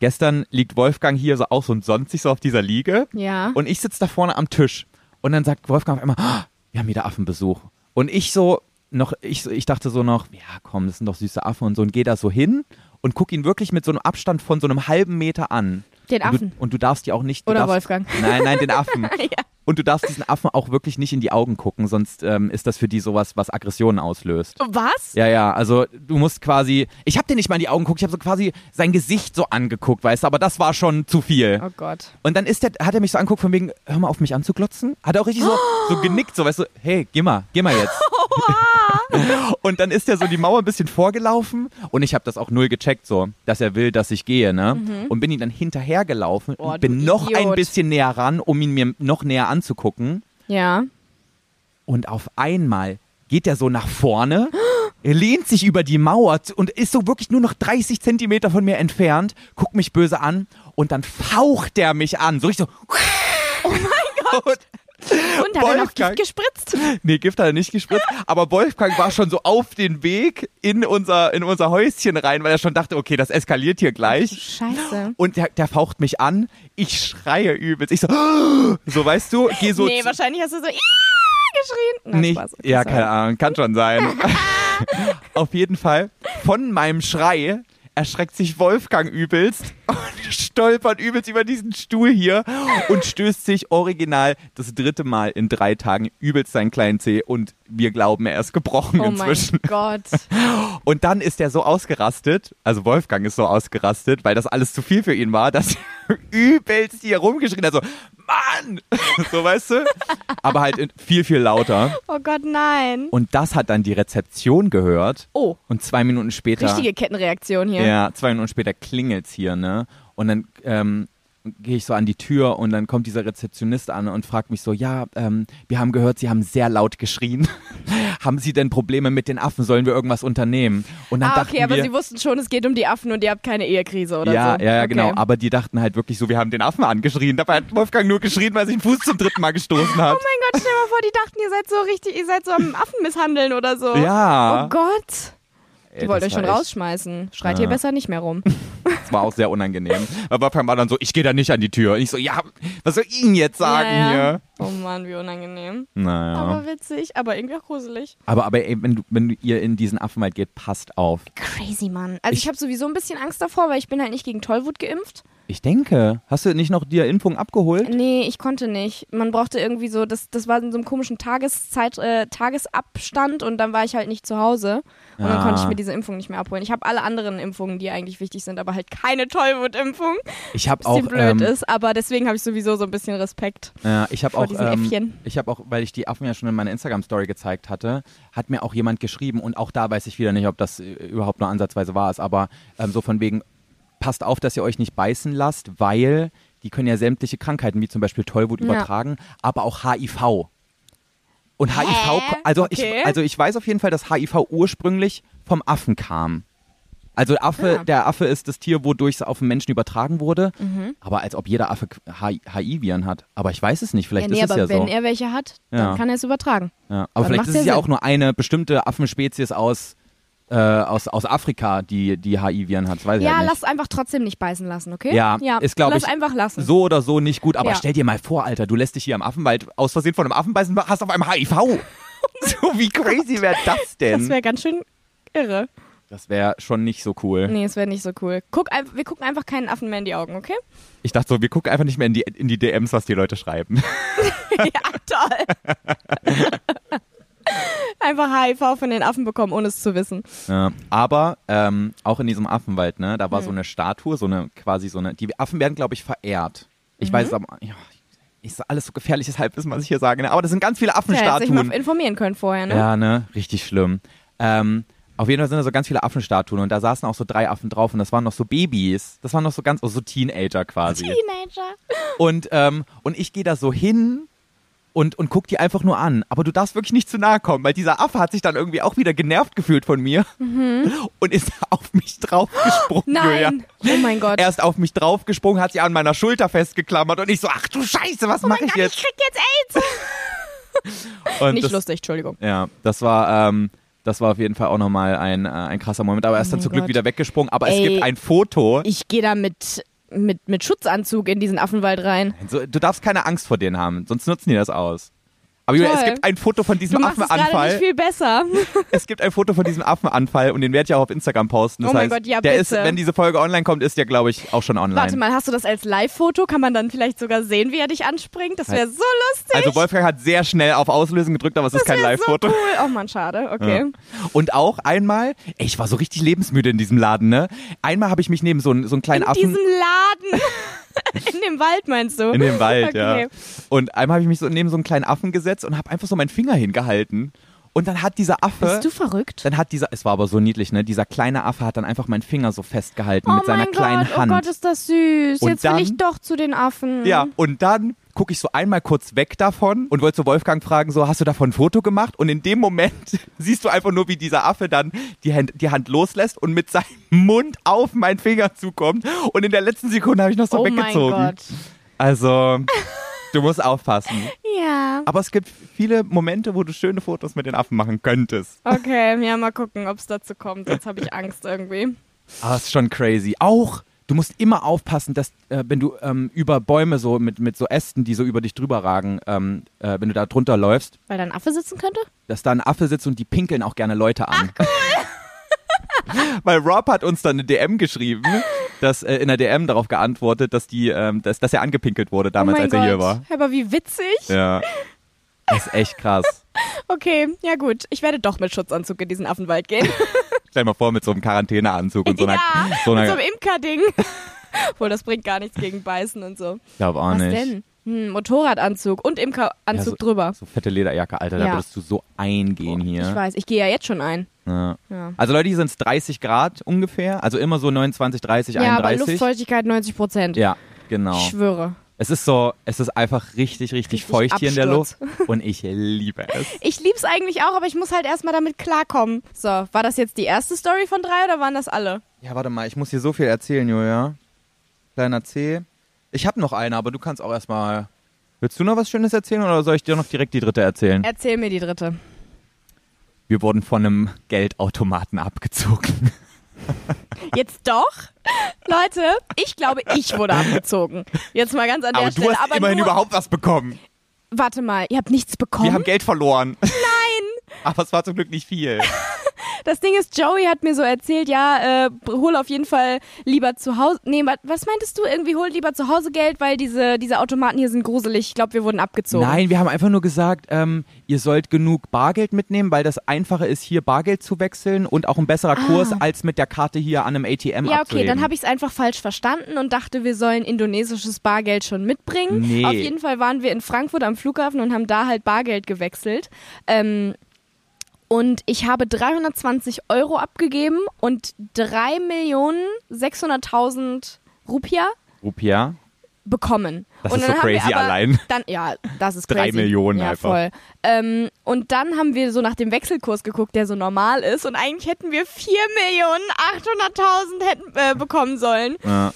B: gestern liegt Wolfgang hier so auch so und sonst sich so auf dieser Liege.
A: Ja.
B: Und ich sitze da vorne am Tisch. Und dann sagt Wolfgang auf einmal, "Ah, wir haben wieder Affenbesuch. Und ich so, noch, ich, so- ich dachte so noch, ja komm, das sind doch süße Affen und so. Und gehe da so hin und guck ihn wirklich mit so einem Abstand von so einem halben Meter an.
A: Den
B: und
A: Affen.
B: Du, und du darfst die auch nicht. Du
A: Oder
B: darfst,
A: Wolfgang.
B: Nein, nein, den Affen.
A: Ja.
B: Und du darfst diesen Affen auch wirklich nicht in die Augen gucken, sonst ähm, ist das für die sowas, was Aggressionen auslöst.
A: Oh, Was?
B: Ja, ja, also du musst quasi, ich habe dir nicht mal in die Augen geguckt, ich habe so quasi sein Gesicht so angeguckt, weißt du, aber das war schon zu viel.
A: Oh Gott.
B: Und dann ist der, hat er mich so angeguckt von wegen, hör mal auf mich anzuglotzen. Hat er auch richtig so, so genickt, so weißt du, hey, geh mal, geh mal jetzt. und dann ist er so die Mauer ein bisschen vorgelaufen und ich habe das auch null gecheckt, so, dass er will, dass ich gehe, ne? Und bin ihn dann hinterhergelaufen
A: Oh,
B: und
A: Mhm. du
B: bin noch ein
A: Idiot.
B: bisschen näher ran, um ihn mir noch näher anzugucken.
A: Ja.
B: Und auf einmal geht er so nach vorne, er lehnt sich über die Mauer zu- und ist so wirklich nur noch 30 Zentimeter von mir entfernt, guckt mich böse an und dann faucht er mich an. So richtig so. Oh mein Gott!
A: Und hat er noch
B: Wolfgang.
A: Gift gespritzt?
B: Nee, Gift hat er nicht gespritzt, aber Wolfgang war schon so auf den Weg in unser, in unser Häuschen rein, weil er schon dachte, okay, das eskaliert hier gleich.
A: Scheiße.
B: Und der, der faucht mich an, ich schreie übelst. Ich so, so weißt du, geh so
A: nee,
B: zu-
A: wahrscheinlich hast du so "Ih!" geschrien. Nein,
B: nicht,
A: Spaß. Okay,
B: ja,
A: sorry.
B: keine Ahnung, kann schon sein. Auf jeden Fall, von meinem Schrei erschreckt sich Wolfgang übelst und stolpert übelst über diesen Stuhl hier und stößt sich original das dritte Mal in drei Tagen übelst seinen kleinen Zeh und wir glauben, er ist gebrochen
A: Oh
B: inzwischen.
A: mein Gott.
B: Und dann ist er so ausgerastet, also Wolfgang ist so ausgerastet, weil das alles zu viel für ihn war, dass er übelst hier rumgeschrien hat, so, Mann! So, weißt du? Aber halt in- viel, viel lauter.
A: Oh Gott, nein.
B: Und das hat dann die Rezeption gehört.
A: Oh.
B: Und zwei Minuten später.
A: Richtige Kettenreaktion hier.
B: Ja, zwei Minuten später klingelt's hier, ne? Und dann ähm, gehe ich so an die Tür und dann kommt dieser Rezeptionist an und fragt mich so: Ja, ähm, wir haben gehört, Sie haben sehr laut geschrien. haben Sie denn Probleme mit den Affen? Sollen wir irgendwas unternehmen? Und dann
A: Ah,
B: dachten
A: okay, aber
B: wir,
A: sie wussten schon, es geht um die Affen und ihr habt keine Ehekrise oder
B: ja,
A: so.
B: ja, ja,
A: okay. Oh
B: genau. Aber die dachten halt wirklich so, wir haben den Affen angeschrien. Dabei hat Wolfgang nur geschrien, weil sich den Fuß zum dritten Mal gestoßen hat.
A: Oh mein Gott, stell dir mal vor, die dachten, ihr seid so richtig, ihr seid so am Affen misshandeln oder so.
B: Ja.
A: Oh Gott. Die
B: Ey,
A: wollt
B: das
A: euch schon
B: war echt-
A: rausschmeißen. Schreit
B: Ja.
A: hier besser nicht mehr rum.
B: Das war auch sehr unangenehm. Aber Wolfgang war dann so, ich gehe da nicht an die Tür. Und ich so, ja, was soll ich Ihnen jetzt sagen
A: ja, ja.
B: hier?
A: Oh Mann, wie unangenehm.
B: Naja.
A: Aber witzig, aber irgendwie auch gruselig.
B: Aber, aber ey, wenn, du, wenn du ihr in diesen Affenwald geht, passt auf.
A: Crazy, Mann. Also ich,
B: Ich-
A: habe sowieso ein bisschen Angst davor, weil ich bin halt nicht gegen Tollwut geimpft.
B: Ich denke, hast du nicht noch dir Impfung abgeholt?
A: Nee, ich konnte nicht. Man brauchte irgendwie so, das, das war in so einem komischen Tageszeit, äh, Tagesabstand und dann war ich halt nicht zu Hause. Und dann
B: Ah.
A: konnte ich mir diese Impfung nicht mehr abholen. Ich habe alle anderen Impfungen, die eigentlich wichtig sind, aber halt keine Tollwutimpfung.
B: Ich habe auch,
A: Bisschen blöd
B: ähm,
A: ist, aber deswegen habe ich sowieso so ein bisschen Respekt.
B: äh, ich habe
A: vor
B: auch,
A: diesen
B: ähm,
A: Äffchen.
B: ich habe auch, weil ich die Affen ja schon in meiner Instagram Story gezeigt hatte, hat mir auch jemand geschrieben und auch da weiß ich wieder nicht, ob das äh, überhaupt nur ansatzweise war ist, aber ähm, so von wegen passt auf, dass ihr euch nicht beißen lasst, weil die können ja sämtliche Krankheiten wie zum Beispiel Tollwut
A: Ja.
B: übertragen, aber auch HIV. Und HIV,
A: Hä?
B: also
A: Okay.
B: ich, also ich weiß auf jeden Fall, dass HIV ursprünglich vom Affen kam. Also Affe,
A: Ah.
B: der Affe ist das Tier, wodurch es auf den Menschen übertragen wurde.
A: Mhm.
B: Aber als ob jeder Affe H- HIV-Viren hat. Aber ich weiß es nicht. Vielleicht
A: ja, nee,
B: ist es
A: aber
B: ja
A: wenn
B: so.
A: er welche hat, dann
B: Ja.
A: kann er es übertragen.
B: ja. Aber
A: dann
B: vielleicht
A: macht's
B: ist
A: ja
B: es ja
A: Sinn.
B: auch nur eine bestimmte Affenspezies aus, äh, aus, aus Afrika, die, die HIV-Viren hat. Das weiß ich
A: Ja,
B: halt nicht.
A: lass einfach trotzdem nicht beißen lassen, okay?
B: Ja, ist, glaub
A: Lass
B: ich,
A: einfach lassen.
B: so oder so nicht gut. Aber
A: Ja.
B: stell dir mal vor, Alter, du lässt dich hier am Affenwald aus Versehen von einem Affen beißen, hast auf einmal HIV. so, wie crazy wäre das
A: Oh Das
B: denn?
A: wäre ganz schön irre.
B: Das wäre schon nicht so cool.
A: Nee, es wäre nicht so cool. Guck, ein- wir gucken einfach keinen Affen mehr in die Augen, okay?
B: Ich dachte so, wir gucken einfach nicht mehr in die, in die DMs, was die Leute schreiben.
A: ja, toll. einfach HIV von den Affen bekommen, ohne es zu wissen.
B: Ja, aber ähm, auch in diesem Affenwald, ne, da war
A: Hm.
B: so eine Statue, so eine quasi so eine. Die Affen werden, glaube ich, verehrt. Ich
A: Mhm.
B: weiß es aber. Ja, ist alles so gefährliches Halbwissen, was ich hier sage. Ne? Aber das sind ganz viele
A: Ja, hätte sich mal
B: Affenstatuen.
A: informieren können vorher, ne?
B: Ja, ne? Richtig schlimm. Ähm, auf jeden Fall sind da so ganz viele Affenstatuen und da saßen auch so drei Affen drauf und das waren noch so Babys. Das waren noch so ganz, oh, so Teenager quasi.
C: Teenager.
B: Und, ähm, und ich gehe da so hin und, und guck die einfach nur an. Aber du darfst wirklich nicht zu nahe kommen, weil dieser Affe hat sich dann irgendwie auch wieder genervt gefühlt von mir und ist auf mich draufgesprungen. Julia.
A: Nein! Oh mein Gott.
B: Er ist auf mich draufgesprungen, hat sich an meiner Schulter festgeklammert und ich so, ach du Scheiße,
A: Oh
B: was mache ich jetzt?
A: krieg jetzt AIDS!
B: Und
A: Nicht
B: das,
A: lustig, Entschuldigung.
B: Ja, das war, ähm, das war auf jeden Fall auch nochmal ein, äh, ein krasser Moment. Aber er ist
A: Oh
B: dann
A: mein
B: zum Glück
A: Gott.
B: wieder weggesprungen. Aber
A: Ey.
B: es gibt ein Foto.
A: Ich gehe da mit, mit, mit Schutzanzug in diesen Affenwald rein.
B: So, du darfst keine Angst vor denen haben, sonst nutzen die das aus. Aber Julia, es
A: Toll.
B: gibt ein Foto von
A: Du
B: diesem
A: machst es gerade nicht
B: Affenanfall.
A: viel besser.
B: Es gibt ein Foto von diesem Affenanfall und den werde ich auch auf Instagram posten. Das
A: Oh mein
B: heißt,
A: Gott, ja,
B: der
A: bitte.
B: ist, wenn diese Folge online kommt, ist der, glaube ich, auch schon online.
A: Warte mal, hast du das als Live-Foto? Kann man dann vielleicht sogar sehen, wie er dich anspringt? Das wäre so lustig.
B: also Wolfgang hat sehr schnell auf Auslösen gedrückt, aber es ist
A: das
B: kein
A: wär
B: Live-Foto.
A: So cool. Oh Mann, schade. Okay.
B: Ja. Und auch einmal, ey, ich war so richtig lebensmüde in diesem Laden, ne? Einmal habe ich mich neben so, einen- so einen kleinen
A: In
B: Affen.
A: diesem Laden. in dem Wald meinst du?
B: In dem Wald, ja.
A: Okay.
B: Und einmal habe ich mich so neben so einen kleinen Affen gesetzt und habe einfach so meinen Finger hingehalten. Und dann hat dieser Affe.
C: Bist du verrückt?
B: dann hat dieser, es war aber so niedlich, ne? Dieser kleine Affe hat dann einfach meinen Finger so festgehalten
A: Oh
B: mit seiner
A: mein
B: kleinen
A: Gott,
B: Hand.
A: oh Gott, ist das süß.
B: Und
A: Jetzt will ich
B: dann-
A: doch zu den Affen.
B: ja, und dann gucke ich so einmal kurz weg davon und wollte so Wolfgang fragen, so, hast du davon ein Foto gemacht? Und in dem Moment siehst du einfach nur, wie dieser Affe dann die Hand, die Hand loslässt und mit seinem Mund auf meinen Finger zukommt. Und in der letzten Sekunde habe ich noch so
A: Oh mein
B: weggezogen.
A: Gott.
B: Also, du musst aufpassen.
C: Ja.
B: Aber es gibt viele Momente, wo du schöne Fotos mit den Affen machen könntest.
A: Okay, ja, mal gucken, ob es dazu kommt. Jetzt habe ich Angst irgendwie.
B: Ah, ist schon crazy. Auch, du musst immer aufpassen, dass, äh, wenn du ähm, über Bäume so mit, mit so Ästen, die so über dich drüber ragen, ähm, äh, wenn du da drunter läufst,
C: Weil da ein Affe sitzen könnte?
B: dass da ein Affe sitzt und die pinkeln auch gerne Leute an. Ach, cool. Weil Rob hat uns dann eine DM geschrieben, dass äh, in der DM darauf geantwortet, dass die, ähm, dass, dass er angepinkelt wurde damals,
A: oh mein
B: als
A: Gott.
B: er hier war.
A: Aber wie witzig.
B: Ja. Das ist echt krass.
A: Okay, ja gut. Ich werde doch mit Schutzanzug in diesen Affenwald gehen.
B: Stell dir mal vor, mit so einem Quarantäneanzug und so einer,
A: ja,
B: so
A: mit so
B: einer
A: einem Imkerding. Obwohl, das bringt gar nichts gegen Beißen und so.
B: Ich glaube auch
A: Was
B: nicht.
A: denn? Hm, Motorradanzug und Imkeranzug
B: Ja, so,
A: drüber.
B: So fette Lederjacke, Alter, da
A: Ja.
B: würdest du so eingehen
A: Ich
B: hier.
A: weiß, ich gehe ja jetzt schon ein.
B: Ja.
A: Ja.
B: Also Leute, hier sind es 30 Grad ungefähr, also immer so 29, 30,
A: Ja, aber
B: 31.
A: Luftfeuchtigkeit 90 Prozent.
B: ja,
A: Ich
B: genau.
A: schwöre.
B: Es ist so, es ist einfach richtig,
A: Richtig
B: richtig, feucht hier in der Luft
A: Absturz.
B: und ich liebe es.
A: Ich lieb's eigentlich auch, aber ich muss halt erstmal damit klarkommen. So, war das jetzt die erste Story von drei oder waren das alle?
B: Ja, warte mal, ich muss hier so viel erzählen, Julia. Kleiner C. Ich habe noch eine, aber du kannst auch erstmal. Willst du noch was Schönes erzählen oder soll ich dir noch direkt die dritte erzählen?
A: Erzähl mir die dritte.
B: Wir wurden von einem Geldautomaten abgezogen.
A: Jetzt doch? Leute, ich glaube, ich wurde abgezogen. Jetzt mal ganz an der
B: Aber du
A: Stelle.
B: hast
A: aber
B: immerhin
A: nur,
B: überhaupt was bekommen.
A: Warte mal, ihr habt nichts bekommen?
B: Wir haben Geld verloren. Nein! Aber es war zum Glück nicht viel.
A: Das Ding ist, Joey hat mir so erzählt, ja, äh, hol auf jeden Fall lieber zu Hause. Nee, wa- was meintest du? Irgendwie hol lieber zu Hause Geld, weil diese, diese Automaten hier sind gruselig. Ich glaube, wir wurden abgezogen.
B: Nein, wir haben einfach nur gesagt, ähm, ihr sollt genug Bargeld mitnehmen, weil das einfacher ist, hier Bargeld zu wechseln und auch ein besserer Kurs, als mit der Karte hier an einem ATM
A: Ah. Ja, okay,
B: abzuheben.
A: dann habe ich es einfach falsch verstanden und dachte, wir sollen indonesisches Bargeld schon mitbringen.
B: Nee.
A: Auf jeden Fall waren wir in Frankfurt am Flughafen und haben da halt Bargeld gewechselt. Ähm, und ich habe 320 Euro abgegeben und 3.600.000 Rupia
B: Rupia.
A: bekommen.
B: Das
A: und
B: ist
A: dann
B: so
A: haben wir
B: crazy
A: aber
B: allein.
A: Dann, ja, das ist
B: Drei
A: crazy.
B: Millionen
A: ja,
B: einfach.
A: Voll. Ähm, und dann haben wir so nach dem Wechselkurs geguckt, der so normal ist. Und eigentlich hätten wir 4.800.000 hätten, äh, bekommen sollen.
B: Ja.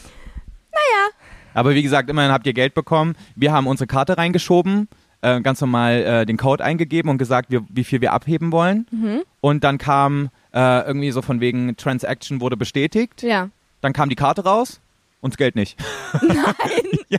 B: Naja. Aber wie gesagt, immerhin habt ihr Geld bekommen. Wir haben unsere Karte reingeschoben, äh, ganz normal äh, den Code eingegeben und gesagt, wir, wie viel wir abheben wollen.
A: Mhm.
B: Und dann kam äh, irgendwie so von wegen Transaction wurde bestätigt.
A: Ja,
B: Dann kam die Karte raus und das Geld nicht.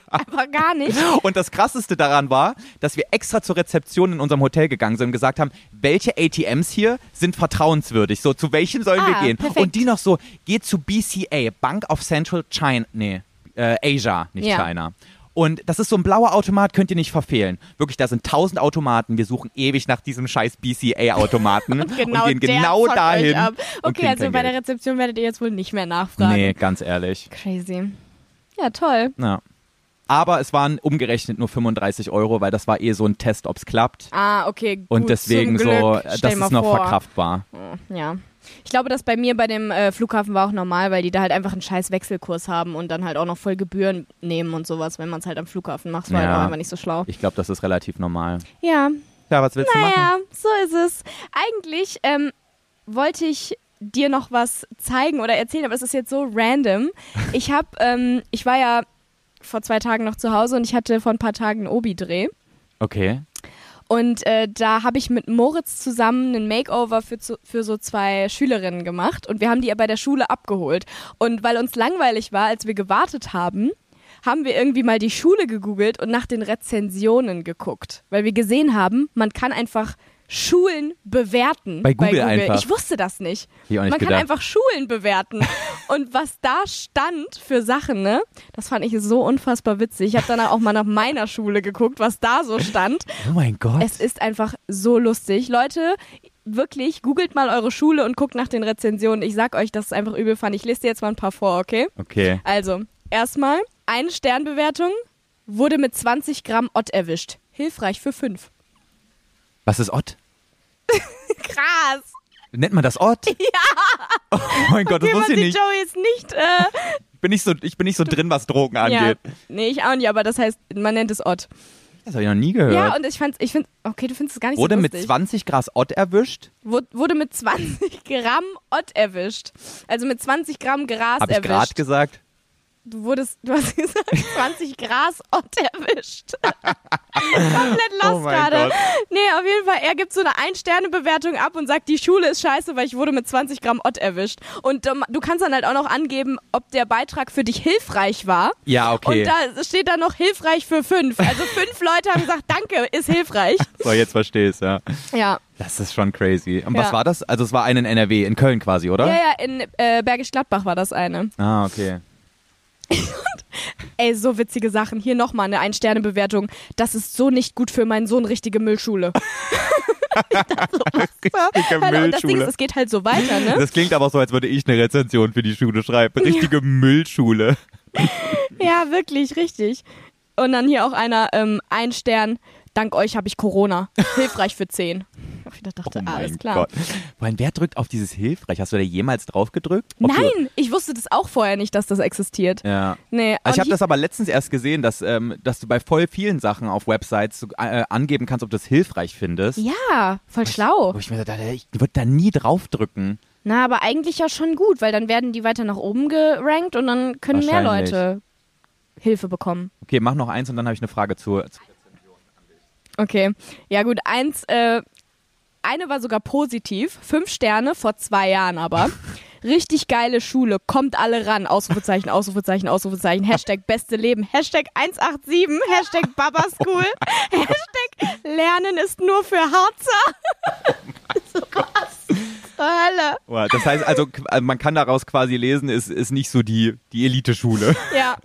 A: aber gar nicht.
B: Ah. Und das Krasseste daran war, dass wir extra zur Rezeption in unserem Hotel gegangen sind und gesagt haben, welche ATMs hier sind vertrauenswürdig. So, zu welchem sollen wir
A: Ah,
B: gehen?
A: perfekt.
B: Und die noch so, geht zu BCA, Bank of Central China, nee, äh, Asia, nicht
A: Ja.
B: China. Und das ist so ein blauer Automat, könnt ihr nicht verfehlen. Wirklich, da sind tausend Automaten. Wir suchen ewig nach diesem scheiß BCA-Automaten und,
A: Genau,
B: gehen
A: der
B: genau
A: zockt euch
B: dahin.
A: Ab.
B: und
A: Okay,
B: kriegen
A: also
B: kein
A: bei der
B: Geld.
A: Rezeption werdet ihr jetzt wohl nicht mehr nachfragen.
B: Nee, ganz ehrlich.
A: Crazy. Ja, toll.
B: Ja. Aber es waren umgerechnet nur 35 Euro, weil das war eh so ein Test, ob's klappt.
A: Ah, okay. Gut,
B: Und deswegen
A: zum
B: so,
A: Glück.
B: äh,
A: Stell
B: das
A: mal
B: ist noch
A: vor.
B: verkraftbar.
A: Ja. Ich glaube, dass bei mir bei dem äh, Flughafen war auch normal, weil die da halt einfach einen scheiß Wechselkurs haben und dann halt auch noch voll Gebühren nehmen und sowas, wenn man es halt am Flughafen macht. Das war
B: Ja.
A: halt auch einfach nicht so schlau.
B: Ich glaube, das ist relativ normal.
A: Ja,
B: Ja, was willst du machen?
A: naja, so ist es. Eigentlich ähm, wollte ich dir noch was zeigen oder erzählen, aber es ist jetzt so random. Ich habe, ähm, ich war ja vor zwei Tagen noch zu Hause und ich hatte vor ein paar Tagen einen Obi-Dreh.
B: Okay.
A: Und äh, da habe ich mit Moritz zusammen einen Makeover für, zu, für so zwei Schülerinnen gemacht. Und wir haben die ja bei der Schule abgeholt. Und weil uns langweilig war, als wir gewartet haben, haben wir irgendwie mal die Schule gegoogelt und nach den Rezensionen geguckt. Weil wir gesehen haben, man kann einfach Schulen bewerten.
B: Bei Google einfach.
A: Ich wusste das nicht.
B: Ich auch nicht
A: man kann
B: gedacht.
A: einfach Schulen bewerten. und was da stand für Sachen, ne? Das fand ich so unfassbar witzig. Ich habe danach auch mal nach meiner Schule geguckt, was da so stand.
B: Oh mein Gott.
A: Es ist einfach so lustig. Leute, wirklich, googelt mal eure Schule und guckt nach den Rezensionen. Ich sag euch, das ist einfach übel fand. Ich lese dir jetzt mal ein paar vor, okay?
B: okay.
A: Also, erstmal, eine Sternbewertung wurde mit 20 Gramm Ott erwischt. Hilfreich für 5.
B: Was ist Ott?
A: Krass!
B: Nennt man das Ott? Ja. Oh mein Gott, das
A: Wie man
B: wusste
A: sieht
B: ich nicht.
A: Joey jetzt nicht. Äh,
B: Bin nicht so, ich bin nicht so drin, was Drogen
A: ja.
B: angeht.
A: Nee, ich auch nicht, aber das heißt, man nennt es Ott.
B: Das habe ich noch nie gehört.
A: Ja, und ich fand's, ich find, okay, du findest es gar nicht
B: Wurde
A: so
B: mit
A: lustig.
B: 20 Gras Ott erwischt?
A: Wod- Wurde mit 20 Gramm Ott erwischt. Also mit 20 Gramm Gras
B: Habe ich gerade
A: erwischt.
B: gesagt.
A: Du wurdest, du hast gesagt, 20 Grasort erwischt. Komplett lost
B: Oh mein
A: gerade.
B: Gott.
A: Nee, auf jeden Fall, er gibt so eine Ein-Sterne-Bewertung ab und sagt, die Schule ist scheiße, weil ich wurde mit 20 Gramm Ott erwischt. Und ähm, du kannst dann halt auch noch angeben, ob der Beitrag für dich hilfreich war.
B: Ja, okay.
A: Und da steht dann noch hilfreich für fünf. Also fünf Leute haben gesagt, danke, ist hilfreich.
B: So, jetzt verstehe ich ja.
A: Ja,
B: Das ist schon crazy. Und was
A: Ja.
B: war das? Also es war ein in NRW, in Köln quasi, oder?
A: ja, ja, in äh, Bergisch Gladbach war das eine.
B: Ah, okay.
A: Ey, so witzige Sachen. Hier nochmal eine Ein-Sterne-Bewertung. Das ist so nicht gut für meinen Sohn, richtige Müllschule. oh,
B: Richtige
A: Hallo, und das Ding ist, es geht halt so weiter, ne?
B: Das klingt aber so, als würde ich eine Rezension für die Schule schreiben. Richtige Müllschule.
A: ja, wirklich, richtig. Und dann hier auch einer, ähm, ein Stern, dank euch habe ich Corona. Hilfreich für 10. Ich wieder dachte,
B: Oh mein
A: alles klar.
B: Gott. Vor allem, wer drückt auf dieses Hilfreich? Hast du da jemals drauf gedrückt? Ob Du,
A: Nein, ich wusste das auch vorher nicht, dass das existiert.
B: ja.
A: Nee,
B: Also ich
A: und
B: habe
A: hier-
B: das aber letztens erst gesehen, dass, ähm, dass du bei voll vielen Sachen auf Websites so, äh, angeben kannst, ob du es hilfreich findest.
A: ja, voll schlau.
B: Wo ich mir so dachte, ich würde da nie drauf drücken.
A: Na, aber eigentlich ja schon gut, weil dann werden die weiter nach oben gerankt und dann können mehr
B: Wahrscheinlich.
A: Leute Hilfe bekommen.
B: Okay, mach noch eins und dann habe ich eine Frage zu. zu
A: Okay. Ja, gut, eins, äh, eine war sogar positiv. Fünf Sterne vor zwei Jahren aber. Richtig geile Schule, kommt alle ran. Ausrufezeichen, Ausrufezeichen, Ausrufezeichen. Hashtag beste Leben. Hashtag 187. Hashtag Baba School. Hashtag Lernen ist nur für Harzer. so was. Zur Hölle.
B: Boah, das heißt also, qu- also, man kann daraus quasi lesen, ist, ist nicht so die, die Elite-Schule.
A: Ja.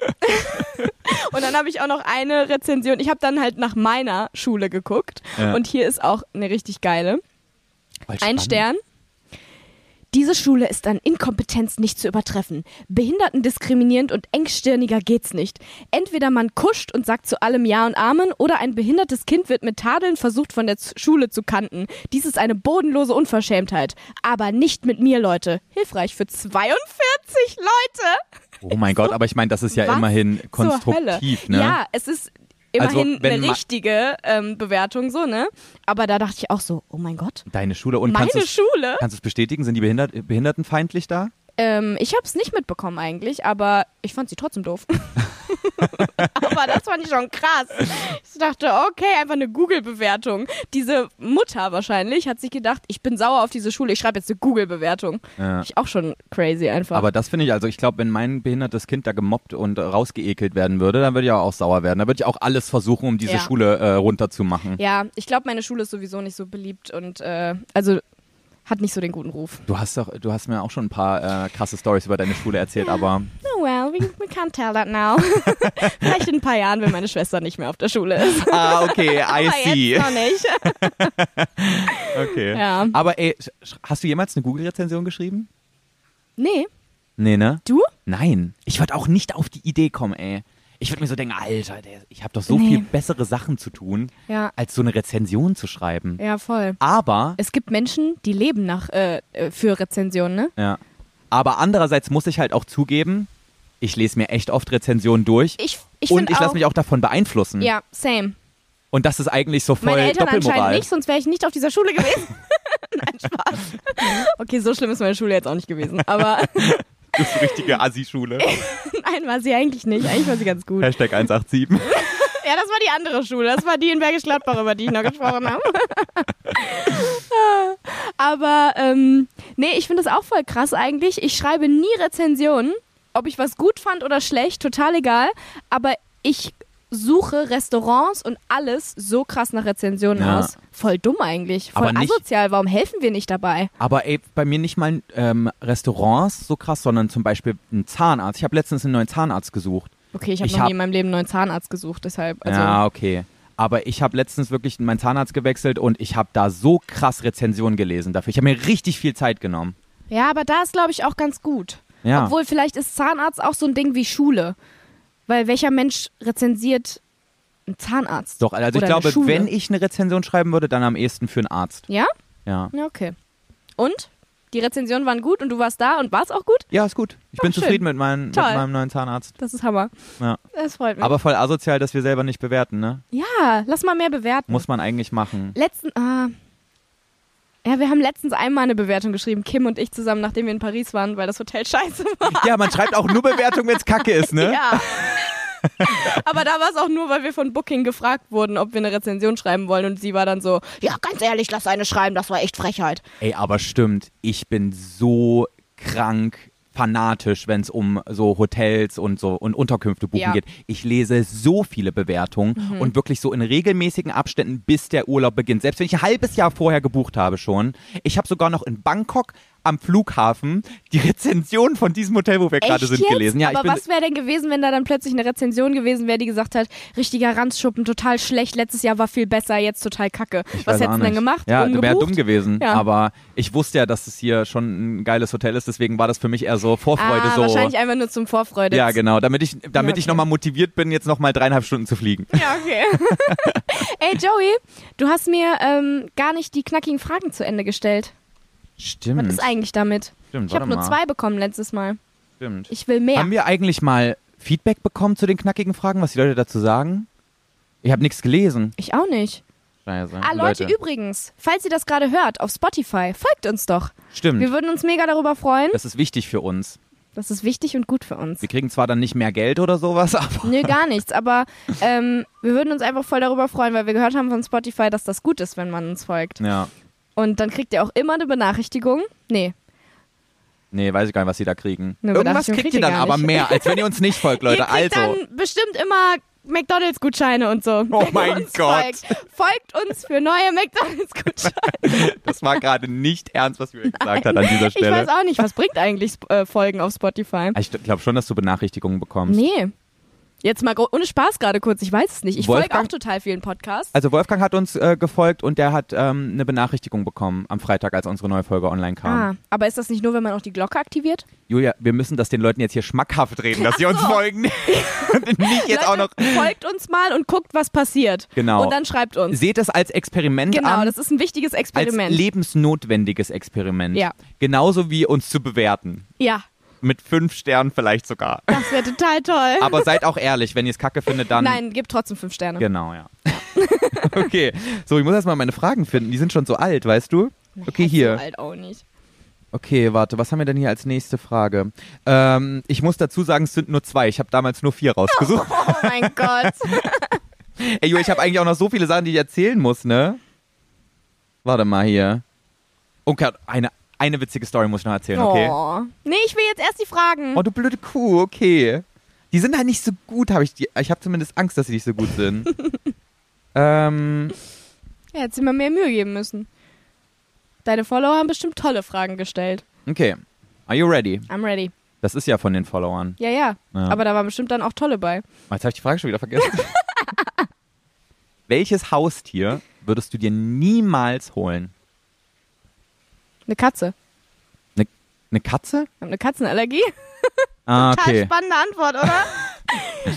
A: Und dann habe ich auch noch eine Rezension. Ich habe dann halt nach meiner Schule geguckt.
B: Ja.
A: Und hier ist auch eine richtig geile.
B: Voll
A: Ein
B: spannend.
A: Stern. Diese Schule ist an Inkompetenz nicht zu übertreffen. Behindertendiskriminierend und engstirniger geht's nicht. Entweder man kuscht und sagt zu allem Ja und Amen oder ein behindertes Kind wird mit Tadeln versucht, von der Z- Schule zu kanten. Dies ist eine bodenlose Unverschämtheit. Aber nicht mit mir, Leute. Hilfreich für 42 Leute.
B: Oh mein Gott, aber ich meine, das ist ja
A: Was Zur
B: immerhin
A: Hölle.
B: konstruktiv, ne?
A: Ja, es ist immerhin
B: Also, wenn
A: eine
B: ma-
A: richtige ähm, Bewertung, so, ne? Aber da dachte ich auch so, oh mein Gott.
B: Deine Schule und
A: Meine
B: kannst du's-
A: Schule?
B: Kannst du es bestätigen? Sind die Behindert behindertenfeindlich da?
A: Ähm, ich habe es nicht mitbekommen eigentlich, aber ich fand sie trotzdem doof. aber das fand ich schon krass. Ich dachte, okay, einfach eine Google-Bewertung. Diese Mutter wahrscheinlich hat sich gedacht, ich bin sauer auf diese Schule, ich schreibe jetzt eine Google-Bewertung.
B: Ja.
A: Ich auch schon crazy einfach.
B: Aber das finde ich, also ich glaube, wenn mein behindertes Kind da gemobbt und äh, rausgeekelt werden würde, dann würde ich auch sauer werden. Da würde ich auch alles versuchen, um diese
A: Ja.
B: Schule äh, runterzumachen.
A: ja, ich glaube, meine Schule ist sowieso nicht so beliebt und äh, also hat nicht so den guten Ruf.
B: Du hast doch, du hast mir auch schon ein paar äh, krasse Stories über deine Schule erzählt, aber
A: Oh well, we, we can't tell that now. Vielleicht in ein paar Jahren, wenn meine Schwester nicht mehr auf der Schule ist.
B: Ah, okay, I
A: Aber
B: see.
A: jetzt noch nicht.
B: Okay.
A: Ja.
B: Aber ey, sch- sch- hast du jemals eine Google-Rezension geschrieben?
A: Nee,
B: Nee, ne?
A: du?
B: Nein. Ich würde auch nicht auf die Idee kommen, ey. Ich würde mir so denken, Alter, der, ich habe doch so
A: Nee.
B: viel bessere Sachen zu tun,
A: Ja.
B: als so eine Rezension zu schreiben.
A: Ja, voll.
B: Aber,
A: Es gibt Menschen, die leben nach äh, äh, für Rezensionen, ne?
B: ja. Aber andererseits muss ich halt auch zugeben, ich lese mir echt oft Rezensionen durch
A: Ich, ich
B: und
A: finde
B: ich
A: auch.
B: lasse mich auch davon beeinflussen.
A: ja, same.
B: Und das ist eigentlich so voll
A: Meine Eltern anscheinend
B: Doppelmoral.
A: nicht, sonst wäre ich nicht auf dieser Schule gewesen. Nein, Spaß. Okay, so schlimm ist meine Schule jetzt auch nicht gewesen. Aber
B: Das ist richtige Assi-Schule.
A: nein, war sie eigentlich nicht. Eigentlich war sie ganz gut.
B: Hashtag 187.
A: Ja, das war die andere Schule. Das war die in Bergisch Gladbach, über die ich noch gesprochen habe. Aber ähm, nee, ich finde das auch voll krass eigentlich. Ich schreibe nie Rezensionen, ob ich was gut fand oder schlecht, total egal. Aber ich suche Restaurants und alles so krass nach Rezensionen
B: Ja.
A: aus. Voll dumm eigentlich. Voll
B: Aber nicht-
A: asozial. Warum helfen wir nicht dabei?
B: Aber ey, bei mir nicht mal ähm, Restaurants so krass, sondern zum Beispiel einen Zahnarzt. Ich habe letztens einen neuen Zahnarzt gesucht.
A: Okay, ich habe
B: Ich
A: noch
B: hab-
A: nie in meinem Leben einen neuen Zahnarzt gesucht, deshalb. Also,
B: ja, okay. Aber ich habe letztens wirklich meinen Zahnarzt gewechselt und ich habe da so krass Rezensionen gelesen dafür. Ich habe mir richtig viel Zeit genommen.
A: ja, aber da ist, glaube ich, auch ganz gut.
B: Ja.
A: Obwohl, vielleicht ist Zahnarzt auch so ein Ding wie Schule. Weil welcher Mensch rezensiert einen Zahnarzt?
B: Doch, also ich
A: Oder eine
B: glaube,
A: Schule.
B: wenn ich eine Rezension schreiben würde, dann am ehesten für einen Arzt.
A: Ja?
B: Ja.
A: Ja, okay. Und? Die Rezensionen waren gut und du warst da und war es auch gut?
B: Ja, ist gut. Ich bin
A: schön.
B: zufrieden mit, meinen, mit
A: Toll.
B: meinem neuen Zahnarzt.
A: Das ist Hammer.
B: Ja.
A: Das freut mich.
B: Aber voll asozial, dass wir selber nicht bewerten, ne?
A: ja, lass mal mehr bewerten.
B: Muss man eigentlich machen.
A: Letzten. Ah. Ja, wir haben letztens einmal eine Bewertung geschrieben, Kim und ich zusammen, nachdem wir in Paris waren, weil das Hotel scheiße war.
B: Ja, man schreibt auch nur Bewertungen, wenn es kacke ist, ne?
A: Ja. Aber da war es auch nur, weil wir von Booking gefragt wurden, ob wir eine Rezension schreiben wollen. Und sie war dann so, ja, ganz ehrlich, lass eine schreiben, das war echt Frechheit.
B: Ey, aber stimmt, ich bin so krank fanatisch, wenn es um so Hotels und so und Unterkünfte buchen
A: Ja. Mhm.
B: geht. Ich lese so viele Bewertungen und wirklich so in regelmäßigen Abständen, bis der Urlaub beginnt. Selbst wenn ich ein halbes Jahr vorher gebucht habe schon. Ich habe sogar noch in Bangkok am Flughafen die Rezension von diesem Hotel, wo wir gerade sind,
A: jetzt?
B: gelesen. Ja,
A: Aber
B: ich bin
A: was wäre denn gewesen, wenn da dann plötzlich eine Rezension gewesen wäre, die gesagt hat, richtiger Ranzschuppen, total schlecht, letztes Jahr war viel besser, jetzt total kacke.
B: Ich
A: was
B: weiß auch
A: hättest du denn
B: nicht.
A: gemacht?
B: Ja, du
A: Umgebucht?
B: wärst dumm gewesen.
A: Ja.
B: Aber ich wusste ja, dass es hier schon ein geiles Hotel ist, deswegen war das für mich eher so Vorfreude
A: ah,
B: so.
A: wahrscheinlich einfach nur zum Vorfreude.
B: Ja, genau, damit ich, damit
A: Ja,
B: ich
A: okay.
B: nochmal motiviert bin, jetzt nochmal dreieinhalb Stunden zu fliegen.
A: Ja, okay. Ey, Joey, du hast mir ähm, gar nicht die knackigen Fragen zu Ende gestellt.
B: Stimmt.
A: Was ist eigentlich damit?
B: Stimmt,
A: Ich habe
B: Hm. warte
A: nur
B: mal.
A: zwei bekommen letztes Mal.
B: Stimmt.
A: Ich will mehr.
B: Haben wir eigentlich mal Feedback bekommen zu den knackigen Fragen, was die Leute dazu sagen? Ich habe nichts gelesen.
A: Ich auch nicht.
B: Scheiße.
A: Ah, Leute, übrigens, falls ihr das gerade hört auf Spotify, folgt uns doch. Wir
B: Stimmt.
A: würden uns mega darüber freuen.
B: Das ist wichtig für uns.
A: Das ist wichtig und gut für uns.
B: Wir kriegen zwar dann nicht mehr Geld oder sowas, aber
A: Nö, gar nichts. Aber ähm, wir würden uns einfach voll darüber freuen, weil wir gehört haben von Spotify, dass das gut ist, wenn man uns folgt.
B: ja.
A: Und dann kriegt ihr auch immer eine Benachrichtigung. Nee,
B: Nee, weiß ich gar nicht, was sie da kriegen.
A: Eine
B: Irgendwas
A: Benachrichtigung
B: kriegt
A: kriegt
B: ihr dann
A: ihr gar
B: aber
A: nicht.
B: mehr, als wenn ihr uns nicht folgt,
A: ihr
B: Leute.
A: kriegt
B: Also.
A: dann bestimmt immer McDonalds-Gutscheine und so.
B: Oh
A: wenn ihr
B: mein
A: uns
B: Gott.
A: Folgt. folgt uns für neue McDonalds-Gutscheine.
B: Das war gerade nicht ernst, was wir gesagt hat an dieser
A: Ich
B: Stelle.
A: weiß auch nicht, was bringt eigentlich Sp- äh, Folgen auf Spotify?
B: Ich, glaube schon, dass du Benachrichtigungen bekommst.
A: Nee. Jetzt mal gro- ohne Spaß gerade kurz, ich weiß es nicht. Ich folge auch
B: Wolfgang-
A: total vielen Podcasts.
B: Also Wolfgang hat uns äh, gefolgt und der hat ähm, eine Benachrichtigung bekommen am Freitag, als unsere neue Folge online kam.
A: Ah, aber ist das nicht nur, wenn man auch die Glocke aktiviert?
B: Julia, wir müssen das den Leuten jetzt hier schmackhaft reden, dass sie uns
A: so.
B: folgen. und nicht jetzt
A: Leute,
B: auch noch.
A: folgt uns mal und guckt, was passiert.
B: Genau.
A: Und dann schreibt uns.
B: Seht es als Experiment
A: Genau,
B: an.
A: das ist ein wichtiges
B: als
A: Experiment.
B: lebensnotwendiges Experiment.
A: Ja.
B: Genauso wie uns zu bewerten.
A: ja,
B: Mit fünf Sternen vielleicht sogar.
A: das wäre total toll.
B: Aber seid auch ehrlich, wenn ihr es kacke findet, dann.
A: Nein, gib trotzdem fünf Sterne.
B: Genau, ja. okay. So, ich muss erstmal meine Fragen finden. Die sind schon so alt, weißt du? Okay, hier.
A: So alt auch nicht.
B: Okay, warte, was haben wir denn hier als nächste Frage? Ähm, ich muss dazu sagen, es sind nur zwei. Ich habe damals nur vier rausgesucht.
A: Oh mein Gott.
B: Ey, Julia, ich habe eigentlich auch noch so viele Sachen, die ich erzählen muss, ne? Warte mal hier. Oh Gott, eine, eine witzige Story muss ich noch erzählen, okay? Oh,
A: Oh. Nee, ich will jetzt erst die Fragen.
B: du blöde Kuh, okay. Die sind halt nicht so gut, habe ich die. Ich habe zumindest Angst, dass sie nicht so gut sind. ähm,
A: Ja, jetzt immer mehr Mühe geben müssen. Deine Follower haben bestimmt tolle Fragen gestellt.
B: okay. Are you ready?
A: I'm ready.
B: Das ist ja von den Followern.
A: Ja, ja,
B: Ja.
A: Aber da waren bestimmt dann auch tolle bei.
B: Oh, Jetzt habe ich die Frage schon wieder vergessen. Welches Haustier würdest du dir niemals holen?
A: Eine Katze.
B: Eine eine Katze?
A: Ich habe eine Katzenallergie.
B: Ah,
C: Total
B: okay.
C: spannende Antwort, oder?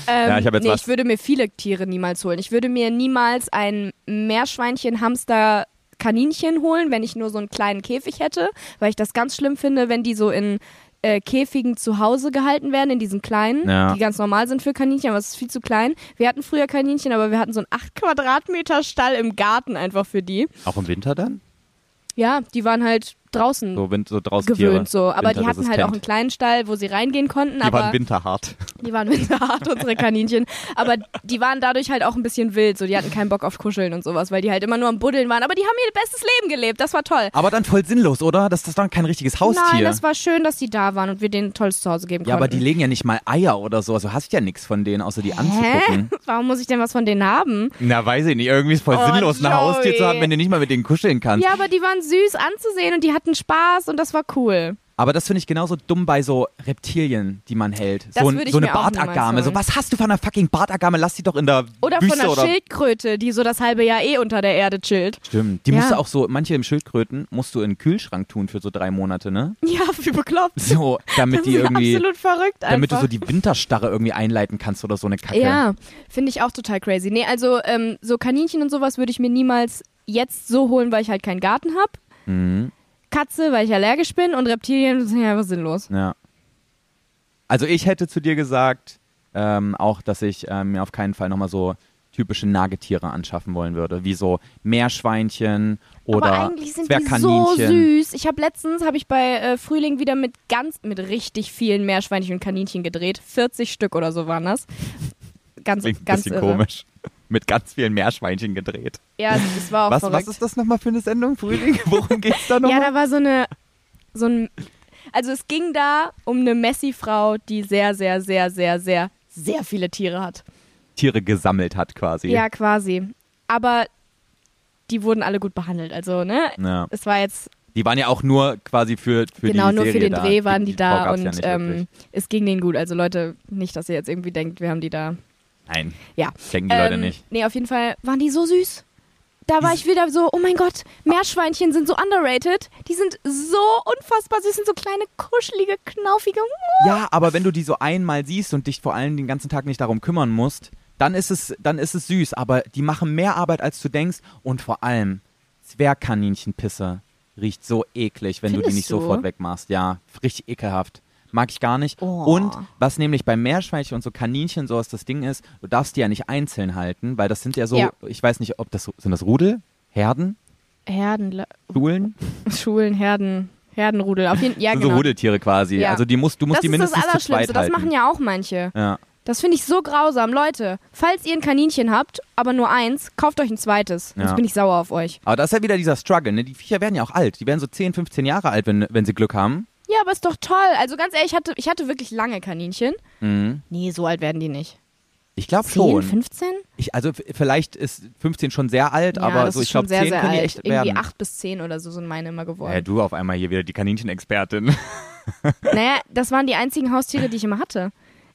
A: Ähm,
B: Ja, ich hab jetzt
A: nee,
B: was-
A: ich würde mir viele Tiere niemals holen. Ich würde mir niemals ein Meerschweinchen, Hamster, Kaninchen holen, wenn ich nur so einen kleinen Käfig hätte, weil ich das ganz schlimm finde, wenn die so in äh, Käfigen zu Hause gehalten werden, in diesen kleinen,
B: Ja.
A: die ganz normal sind für Kaninchen, aber es ist viel zu klein. Wir hatten früher Kaninchen, aber wir hatten so einen 8 Quadratmeter Stall im Garten einfach für die.
B: Auch im Winter dann?
A: Ja, die waren halt draußen
B: So, wenn so draußen Tiere.
A: gewöhnt so, aber die hatten halt
B: winterresistent.
A: auch einen kleinen Stall, wo sie reingehen konnten,
B: Die
A: aber
B: waren winterhart.
A: die waren winterhart, unsere Kaninchen. Aber die waren dadurch halt auch ein bisschen wild. So, die hatten keinen Bock auf Kuscheln und sowas, weil die halt immer nur am Buddeln waren. Aber die haben ihr bestes Leben gelebt. Das war toll.
B: Aber dann voll sinnlos, oder? Das, das ist dann kein richtiges Haustier.
A: Nein, das war schön, dass die da waren und wir denen ein tolles Zuhause geben
B: ja, aber die
A: konnten.
B: legen ja nicht mal Eier oder so. Also hast ja nichts von denen, außer die
A: Hä?
B: anzugucken.
A: Warum muss ich denn was von denen haben?
B: Na, weiß ich nicht. Irgendwie ist voll
A: Oh,
B: sinnlos, ein
A: Joey.
B: Haustier zu haben, wenn du nicht mal mit denen kuscheln kannst.
A: Ja, aber die waren süß anzusehen und die hatten Spaß und das war cool.
B: Aber das finde ich genauso dumm bei so Reptilien, die man hält.
A: Das
B: so, ein-
A: würde ich
B: so eine
A: mir auch niemals
B: Bartagame. So,
A: holen.
B: was hast du von einer fucking Bartagame? Lass die doch in der
A: Oder
B: Wüste
A: von einer
B: oder
A: Schildkröte, die so das halbe Jahr eh unter der Erde chillt.
B: Stimmt. Die
A: Ja.
B: musst du auch so, manche im Schildkröten musst du in den Kühlschrank tun für so drei Monate, ne?
A: Ja, wie bekloppt.
B: So, damit
A: Das
B: die
A: ist
B: irgendwie,
A: absolut verrückt einfach.
B: damit du so die Winterstarre irgendwie einleiten kannst oder so eine Kacke.
A: Ja, finde ich auch total crazy. Nee, also ähm, so Kaninchen und sowas würde ich mir niemals jetzt so holen, weil ich halt keinen Garten habe.
B: Mhm.
A: Katze, weil ich allergisch bin und Reptilien sind ja einfach sinnlos.
B: Ja. Also ich hätte zu dir gesagt, ähm, auch, dass ich ähm, mir auf keinen Fall nochmal so typische Nagetiere anschaffen wollen würde, wie so Meerschweinchen oder
C: Aber eigentlich sind die
A: So
B: Zwergkaninchen.
A: süß. Ich habe letztens, habe ich bei äh, Frühling wieder mit ganz, mit richtig vielen Meerschweinchen und Kaninchen gedreht. 40 Stück oder so waren das. Ganz,
B: Klingt ein
A: ganz
B: bisschen
A: irre.
B: komisch. Mit ganz vielen Meerschweinchen gedreht.
A: Ja, es, es war auch
B: Was,
A: verrückt.
B: was ist das nochmal für eine Sendung, Frühling? Worum geht's da
A: Ja,
B: nochmal?
A: da war so eine, so ein, also es ging da um eine Messi-Frau, die sehr, sehr, sehr, sehr, sehr, sehr viele Tiere hat.
B: Tiere gesammelt hat quasi.
A: Ja, quasi. Aber die wurden alle gut behandelt, also ne?
B: Ja.
A: Es war jetzt
B: Die waren ja auch nur quasi für, für die
A: genau nur für
B: Serie
A: den
B: da.
A: Dreh waren die,
B: Frau
A: da
B: gab's
A: und
B: ja nicht
A: ähm,
B: wirklich.
A: es ging denen gut. Also Leute, nicht, dass ihr jetzt irgendwie denkt, wir haben die da.
B: Nein,
A: Ja.
B: denken die Leute
A: Ähm,
B: nicht.
A: Nee, auf jeden Fall waren die so süß. Da war ich wieder so, oh mein Gott, Meerschweinchen sind so underrated. Die sind so unfassbar süß, sind so kleine, kuschelige, knaufige.
B: Ja, aber wenn du die so einmal siehst und dich vor allem den ganzen Tag nicht darum kümmern musst, dann ist es, dann ist es süß. Aber die machen mehr Arbeit, als du denkst. Und vor allem, Zwergkaninchenpisse riecht so eklig, wenn du die
A: Findest
B: nicht
A: du?
B: sofort wegmachst. Ja, richtig ekelhaft. Mag ich gar nicht.
A: Oh.
B: Und was nämlich bei Meerschweinchen und so Kaninchen sowas das Ding ist, du darfst die ja nicht einzeln halten, weil das sind ja so,
A: Ja.
B: ich weiß nicht, ob das sind das Rudel, Herden,
A: Herden,
B: Schulen,
A: Schulen, Herden, Herdenrudel. Auf jeden, ja,
B: Das sind
A: genau.
B: so Rudeltiere quasi.
A: Ja.
B: Also die musst, du musst
A: das
B: die
A: ist das
B: mindestens zu zweit
A: Allerschlimmste. Das
B: halten.
A: machen ja auch manche.
B: ja.
A: Das finde ich so grausam. Leute, falls ihr ein Kaninchen habt, aber nur eins, kauft euch ein zweites.
B: Ja.
A: Sonst bin ich sauer auf euch.
B: Aber das ist ja wieder dieser Struggle, ne? Die Viecher werden ja auch alt. Die werden so 10, 15 Jahre alt, wenn, wenn sie Glück haben.
A: Ja, aber ist doch toll. Also ganz ehrlich, ich hatte, ich hatte wirklich lange Kaninchen. Nee, so alt werden die nicht.
B: Ich glaube
A: 10,
B: Mhm. schon.
A: 15?
B: Ich, also f- vielleicht ist 15 schon sehr alt,
A: Ja,
B: aber
A: das
B: so
A: ist
B: ich glaube
A: schon sehr,
B: 10
A: sehr
B: können die
A: alt.
B: echt
A: Irgendwie
B: werden.
A: 8 bis 10 oder so sind meine immer geworden.
B: Äh, du auf einmal hier wieder die Kaninchenexpertin.
A: Naja, das waren die einzigen Haustiere, die ich immer hatte.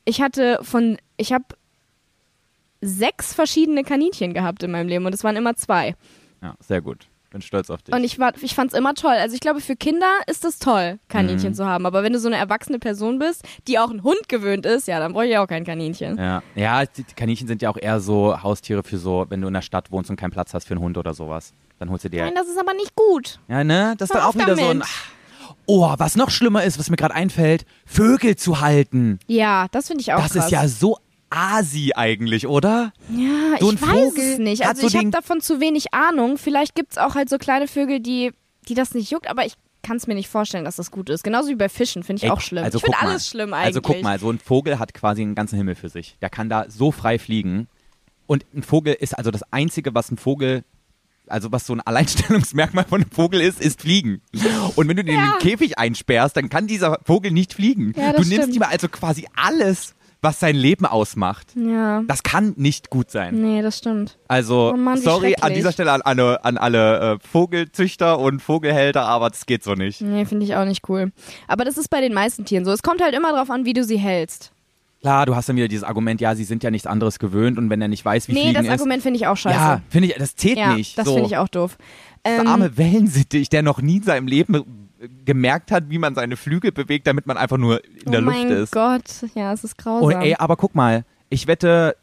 A: Ich hatte von, ich habe sechs verschiedene Kaninchen gehabt in meinem Leben und es waren immer zwei.
B: ja, sehr gut. Bin stolz auf dich.
A: Und ich, war, ich fand es immer toll. Also ich glaube, für Kinder ist es toll, Kaninchen
B: Mhm.
A: zu haben. Aber wenn du so eine erwachsene Person bist, die auch einen Hund gewöhnt ist, ja, dann brauche ich ja auch kein Kaninchen.
B: ja. ja, die die Kaninchen sind ja auch eher so Haustiere für so, wenn du in der Stadt wohnst und keinen Platz hast für einen Hund oder sowas. Dann holst du dir.
A: Nein, das ist aber nicht gut.
B: Ja, ne? Das ist
A: Hör
B: dann auch
A: auf
B: wieder so ein.
A: damit.
B: Oh, was noch schlimmer ist, was mir gerade einfällt, Vögel zu halten.
A: Ja, das finde ich auch
B: das
A: krass.
B: ist ja so Asi eigentlich, oder?
A: Ja,
B: So
A: Ah,
B: ein
A: ich weiß
B: Vogel
A: es nicht.
B: hat
A: Also
B: so
A: ich habe
B: den-
A: davon zu wenig Ahnung. Vielleicht gibt es auch halt so kleine Vögel, die, die das nicht juckt, aber ich kann es mir nicht vorstellen, dass das gut ist. Genauso wie bei Fischen finde ich
B: Ey,
A: auch schlimm.
B: Also
A: ich finde
B: guck mal.
A: alles schlimm eigentlich.
B: Also guck mal, so ein Vogel hat quasi einen ganzen Himmel für sich. Der kann da so frei fliegen. Und ein Vogel ist also das Einzige, was ein Vogel, also was so ein Alleinstellungsmerkmal von einem Vogel ist, ist Fliegen. Und wenn du den in
A: Ja.
B: den Käfig einsperrst, dann kann dieser Vogel nicht fliegen.
A: Ja,
B: du
A: das
B: nimmst
A: stimmt.
B: ihm also quasi alles, was sein Leben ausmacht.
A: Ja.
B: Das kann nicht gut sein.
A: Nee, das stimmt.
B: Also,
A: Hm. Oh Mann, wie
B: sorry an
A: schrecklich.
B: dieser Stelle an alle, an alle äh, Vogelzüchter und Vogelhälter, aber das geht so nicht.
A: Nee, finde ich auch nicht cool. Aber das ist bei den meisten Tieren so. Es kommt halt immer drauf an, wie du sie hältst.
B: Klar, du hast dann wieder dieses Argument, ja, sie sind ja nichts anderes gewöhnt und wenn er nicht weiß, wie
A: nee,
B: Fliegen
A: das
B: ist.
A: Argument finde ich auch scheiße.
B: ja, finde ich, das zählt
A: Ja,
B: nicht.
A: das
B: so.
A: finde ich auch doof.
B: Der
A: Ähm,
B: arme Wellensittich, der noch nie in seinem Leben äh, gemerkt hat, wie man seine Flügel bewegt, damit man einfach nur in der
A: oh
B: Luft
A: mein
B: ist.
A: Gott, ja, es ist grausam.
B: Und ey, aber guck mal, ich wette,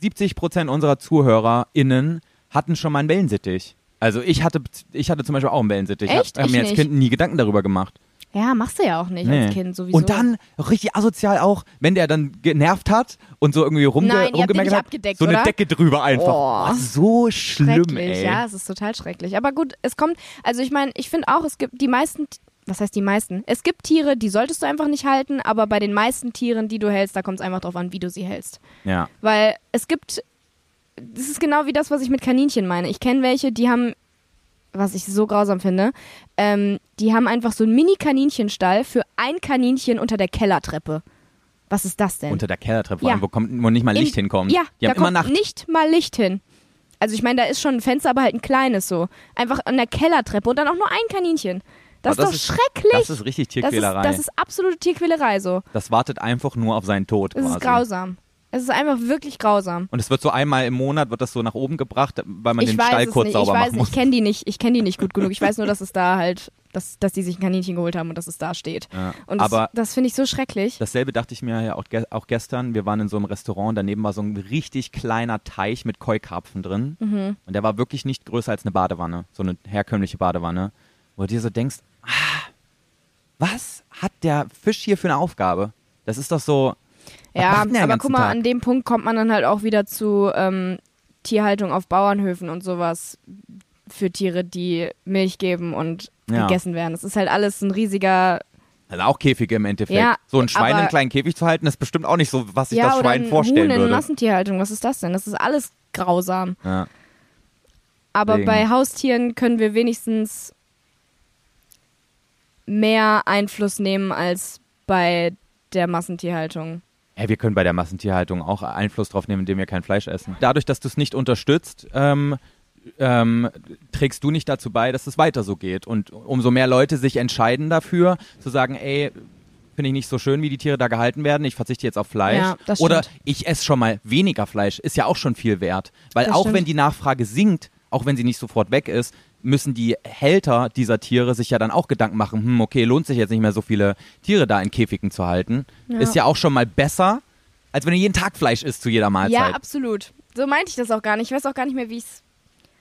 B: 70 Prozent unserer ZuhörerInnen hatten schon mal einen Wellensittich. Also ich hatte, ich hatte zum Beispiel auch einen Wellensittich.
A: Echt?
B: Hab, hab
A: Ich
B: mir als
A: nicht.
B: Kind nie Gedanken darüber gemacht.
A: ja, machst du ja auch nicht als
B: Nee.
A: Kind sowieso.
B: Und dann richtig asozial auch, wenn der dann genervt hat und so irgendwie rumge
A: Nein, ihr habt den
B: rumgemeckert
A: nicht
B: hat,
A: abgedeckt,
B: so eine
A: oder?
B: Decke drüber einfach.
A: Oh.
B: Boah, so schlimm,
A: schrecklich.
B: ey.
A: Ja, es ist total schrecklich. Aber gut, es kommt, also ich meine, ich finde auch, es gibt die meisten, was heißt die meisten? Es gibt Tiere, die solltest du einfach nicht halten, aber bei den meisten Tieren, die du hältst, da kommt es einfach drauf an, wie du sie hältst.
B: ja.
A: Weil es gibt, das ist genau wie das, was ich mit Kaninchen meine. Ich kenne welche, die haben, was ich so grausam finde, ähm, die haben einfach so einen Mini-Kaninchenstall für ein Kaninchen unter der Kellertreppe. Was ist das denn?
B: Unter der Kellertreppe,
A: Äh, Ja.
B: wo kommt, wo nicht mal
A: In-
B: Licht hinkommt.
A: Ja,
B: Die
A: da
B: haben immer
A: kommt
B: Nacht.
A: nicht mal Licht hin. Also ich meine, da ist schon ein Fenster, aber halt ein kleines so. Einfach an der Kellertreppe und dann auch nur ein Kaninchen. Das
B: Aber
A: ist doch schrecklich.
B: Das ist richtig
A: Das ist,
B: Tierquälerei.
A: das ist absolute Tierquälerei so.
B: Das wartet einfach nur auf seinen Tod.
A: Es
B: quasi.
A: ist grausam. Es ist einfach wirklich grausam.
B: Und es wird so einmal im Monat wird das so nach oben gebracht, weil man
A: ich
B: den
A: weiß
B: Stall
A: es
B: kurz
A: nicht. ich
B: sauber
A: weiß,
B: machen
A: nicht.
B: muss.
A: ich kenne die nicht. Ich kenne die nicht gut genug. Ich weiß nur, dass es da halt, dass, dass die sich ein Kaninchen geholt haben und dass es da steht.
B: Ja.
A: Und
B: Aber-
A: das, das finde ich so schrecklich.
B: Dasselbe dachte ich mir ja auch, ge auch gestern. Wir waren in so einem Restaurant, daneben war so ein richtig kleiner Teich mit Keukarpfen drin.
A: Mhm.
B: Und der war wirklich nicht größer als eine Badewanne, so eine herkömmliche Badewanne. Wo du dir so denkst, ah, was hat der Fisch hier für eine Aufgabe? Das ist doch so, was
A: ja,
B: macht denn der den
A: aber
B: ganzen
A: guck mal,
B: Tag?
A: an dem Punkt kommt man dann halt auch wieder zu ähm, Tierhaltung auf Bauernhöfen und sowas für Tiere, die Milch geben und
B: Ja.
A: gegessen werden. Das ist halt alles ein riesiger.
B: also auch Käfige im Endeffekt.
A: Ja,
B: so ein Schwein in
A: aber-
B: einen kleinen Käfig zu halten, ist bestimmt auch nicht so, was sich
A: ja,
B: das
A: oder
B: Schwein
A: ein
B: vorstellen
A: Huhn in
B: würde.
A: Massentierhaltung. Was ist das denn? Das ist alles grausam.
B: Ja.
A: Aber
B: Deswegen.
A: bei Haustieren können wir wenigstens mehr Einfluss nehmen als bei der Massentierhaltung.
B: Hey, wir können bei der Massentierhaltung auch Einfluss drauf nehmen, indem wir kein Fleisch essen. Dadurch, dass du es nicht unterstützt, ähm, ähm, trägst du nicht dazu bei, dass es weiter so geht. Und umso mehr Leute sich entscheiden dafür, zu sagen, ey, finde ich nicht so schön, wie die Tiere da gehalten werden, ich verzichte jetzt auf Fleisch.
A: Ja, das
B: Oder
A: stimmt.
B: ich esse schon mal weniger Fleisch, ist ja auch schon viel wert. Weil
A: Das
B: auch
A: stimmt.
B: wenn die Nachfrage sinkt, auch wenn sie nicht sofort weg ist, müssen die Hälter dieser Tiere sich ja dann auch Gedanken machen, hm, okay, lohnt sich jetzt nicht mehr so viele Tiere da in Käfigen zu halten. Ist ja auch schon mal besser, als wenn du jeden Tag Fleisch isst zu jeder
A: Ja,
B: Mahlzeit.
A: absolut. So meinte ich das auch gar nicht. Ich weiß auch gar nicht mehr, wie ich es.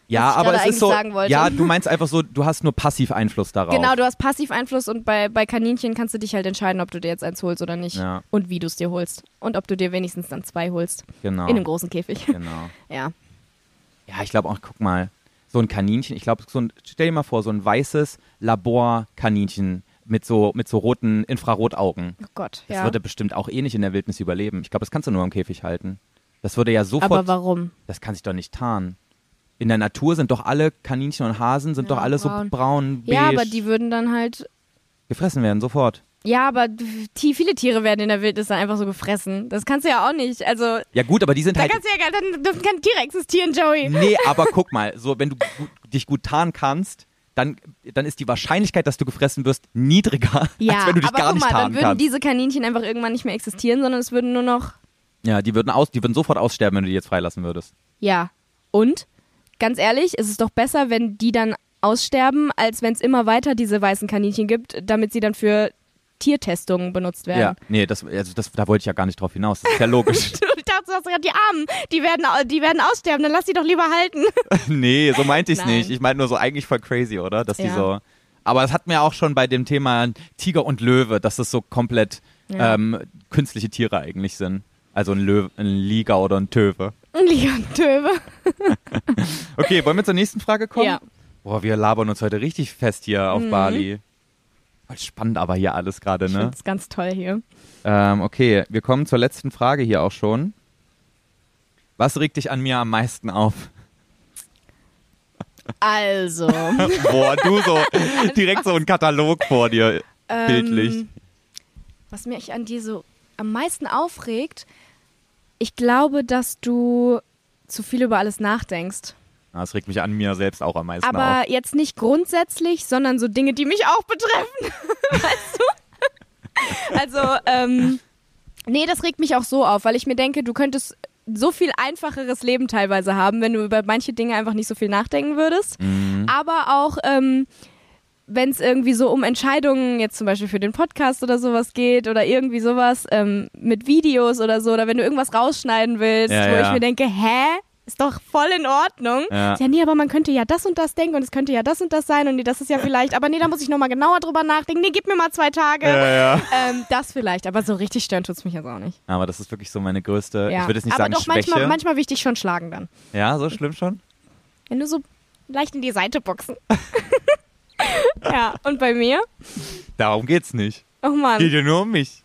B: Ja,
A: was ich
B: aber
A: gerade
B: es ist
A: eigentlich
B: so,
A: sagen wollte.
B: ja, du meinst einfach so, du hast nur passiv Einfluss darauf.
A: Genau, du hast passiv Einfluss und bei, bei Kaninchen kannst du dich halt entscheiden, ob du dir jetzt eins holst oder nicht.
B: Ja.
A: Und wie du es dir holst. Und ob du dir wenigstens dann zwei holst.
B: genau.
A: In einem großen Käfig.
B: genau.
A: Ja.
B: Ja, ich glaube auch, guck mal, so ein Kaninchen, ich glaube, so ein, stell dir mal vor, so ein weißes Laborkaninchen mit so, mit so roten Infrarotaugen.
A: Oh Gott.
B: Das
A: ja.
B: würde bestimmt auch eh nicht in der Wildnis überleben. Ich glaube, das kannst du nur im Käfig halten. Das würde ja
A: Aber
B: sofort,
A: warum?
B: das kann sich doch nicht tarnen. In der Natur sind doch alle Kaninchen und Hasen sind
A: Ja,
B: doch alle so
A: braun.
B: braun, beige,
A: Ja, aber die würden dann halt.
B: gefressen werden sofort.
A: Ja, aber die, viele Tiere werden in der Wildnis dann einfach so gefressen. Das kannst du ja auch nicht. Also,
B: Ja gut, aber die sind
A: da
B: halt
A: kannst du ja gar, dann dürfen keine Tiere existieren, Joey.
B: Nee, aber guck mal, so wenn du gut, dich gut tarnen kannst, dann, dann ist die Wahrscheinlichkeit, dass du gefressen wirst, niedriger,
A: Ja,
B: als wenn du dich
A: aber
B: gar
A: guck
B: nicht
A: mal, dann
B: tarnen
A: würden
B: kannst.
A: diese Kaninchen einfach irgendwann nicht mehr existieren, sondern es würden nur noch
B: ja, die würden, aus, die würden sofort aussterben, wenn du die jetzt freilassen würdest.
A: Ja. Und? Ganz ehrlich, es ist doch besser, wenn die dann aussterben, als wenn es immer weiter diese weißen Kaninchen gibt, damit sie dann für Tiertestungen benutzt
B: Ja,
A: werden.
B: nee, das, also das, da wollte ich ja gar nicht drauf hinaus. Das ist ja logisch.
A: Du dachtest, du hast gerade die Armen, die werden, au- die werden aussterben, dann lass die doch lieber halten.
B: nee, so meinte ich
A: Nein.
B: nicht. Ich meinte nur so eigentlich voll crazy, oder? Dass die
A: Ja.
B: so. Aber das hat mir auch schon bei dem Thema Tiger und Löwe, dass das so komplett
A: Ja.
B: ähm, künstliche Tiere eigentlich sind. Also ein Löwe, ein Liger oder ein Töwe.
A: Leon Töwe.
B: Okay, wollen wir zur nächsten Frage kommen?
A: Ja. Mhm.
B: Boah, wir labern uns heute richtig fest hier auf Bali. Voll spannend aber hier alles gerade,
A: Ich
B: ne?
A: finde es ganz toll hier.
B: Ähm, okay, wir kommen zur letzten Frage hier auch schon. Was regt dich an mir am meisten auf?
A: Also.
B: Boah, du so
A: Ähm,
B: direkt so ein Katalog vor dir, bildlich.
A: Was mich an dir so am meisten aufregt, ich glaube, dass du zu viel über alles nachdenkst.
B: Ah, Das regt mich an mir selbst auch am meisten auf.
A: Aber jetzt nicht grundsätzlich, sondern so Dinge, die mich auch betreffen. weißt du? Also, ähm, nee, das regt mich auch so auf, weil ich mir denke, du könntest so viel einfacheres Leben teilweise haben, wenn du über manche Dinge einfach nicht so viel nachdenken würdest.
B: Mhm.
A: Aber auch, ähm, wenn es irgendwie so um Entscheidungen jetzt zum Beispiel für den Podcast oder sowas geht oder irgendwie sowas ähm, mit Videos oder so oder wenn du irgendwas rausschneiden willst,
B: Ja,
A: wo
B: ja.
A: ich mir denke, hä? Ist doch voll in Ordnung.
B: Ja.
A: Ja, nee, aber man könnte ja das und das denken und es könnte ja das und das sein und nee, das ist ja vielleicht, aber nee, da muss ich nochmal genauer drüber nachdenken. Nee, gib mir mal zwei Tage.
B: Ja, ja.
A: Ähm, das vielleicht, aber so richtig stören tut's mich jetzt auch nicht.
B: Aber das ist wirklich so meine größte,
A: Ja.
B: ich würde jetzt nicht
A: aber
B: sagen
A: doch
B: Schwäche.
A: manchmal, manchmal wichtig schon schlagen dann.
B: ja, so schlimm schon?
A: Wenn du so leicht in die Seite boxen. ja, und bei mir?
B: Darum geht's nicht.
A: Oh Mann.
B: Geht ja nur um mich.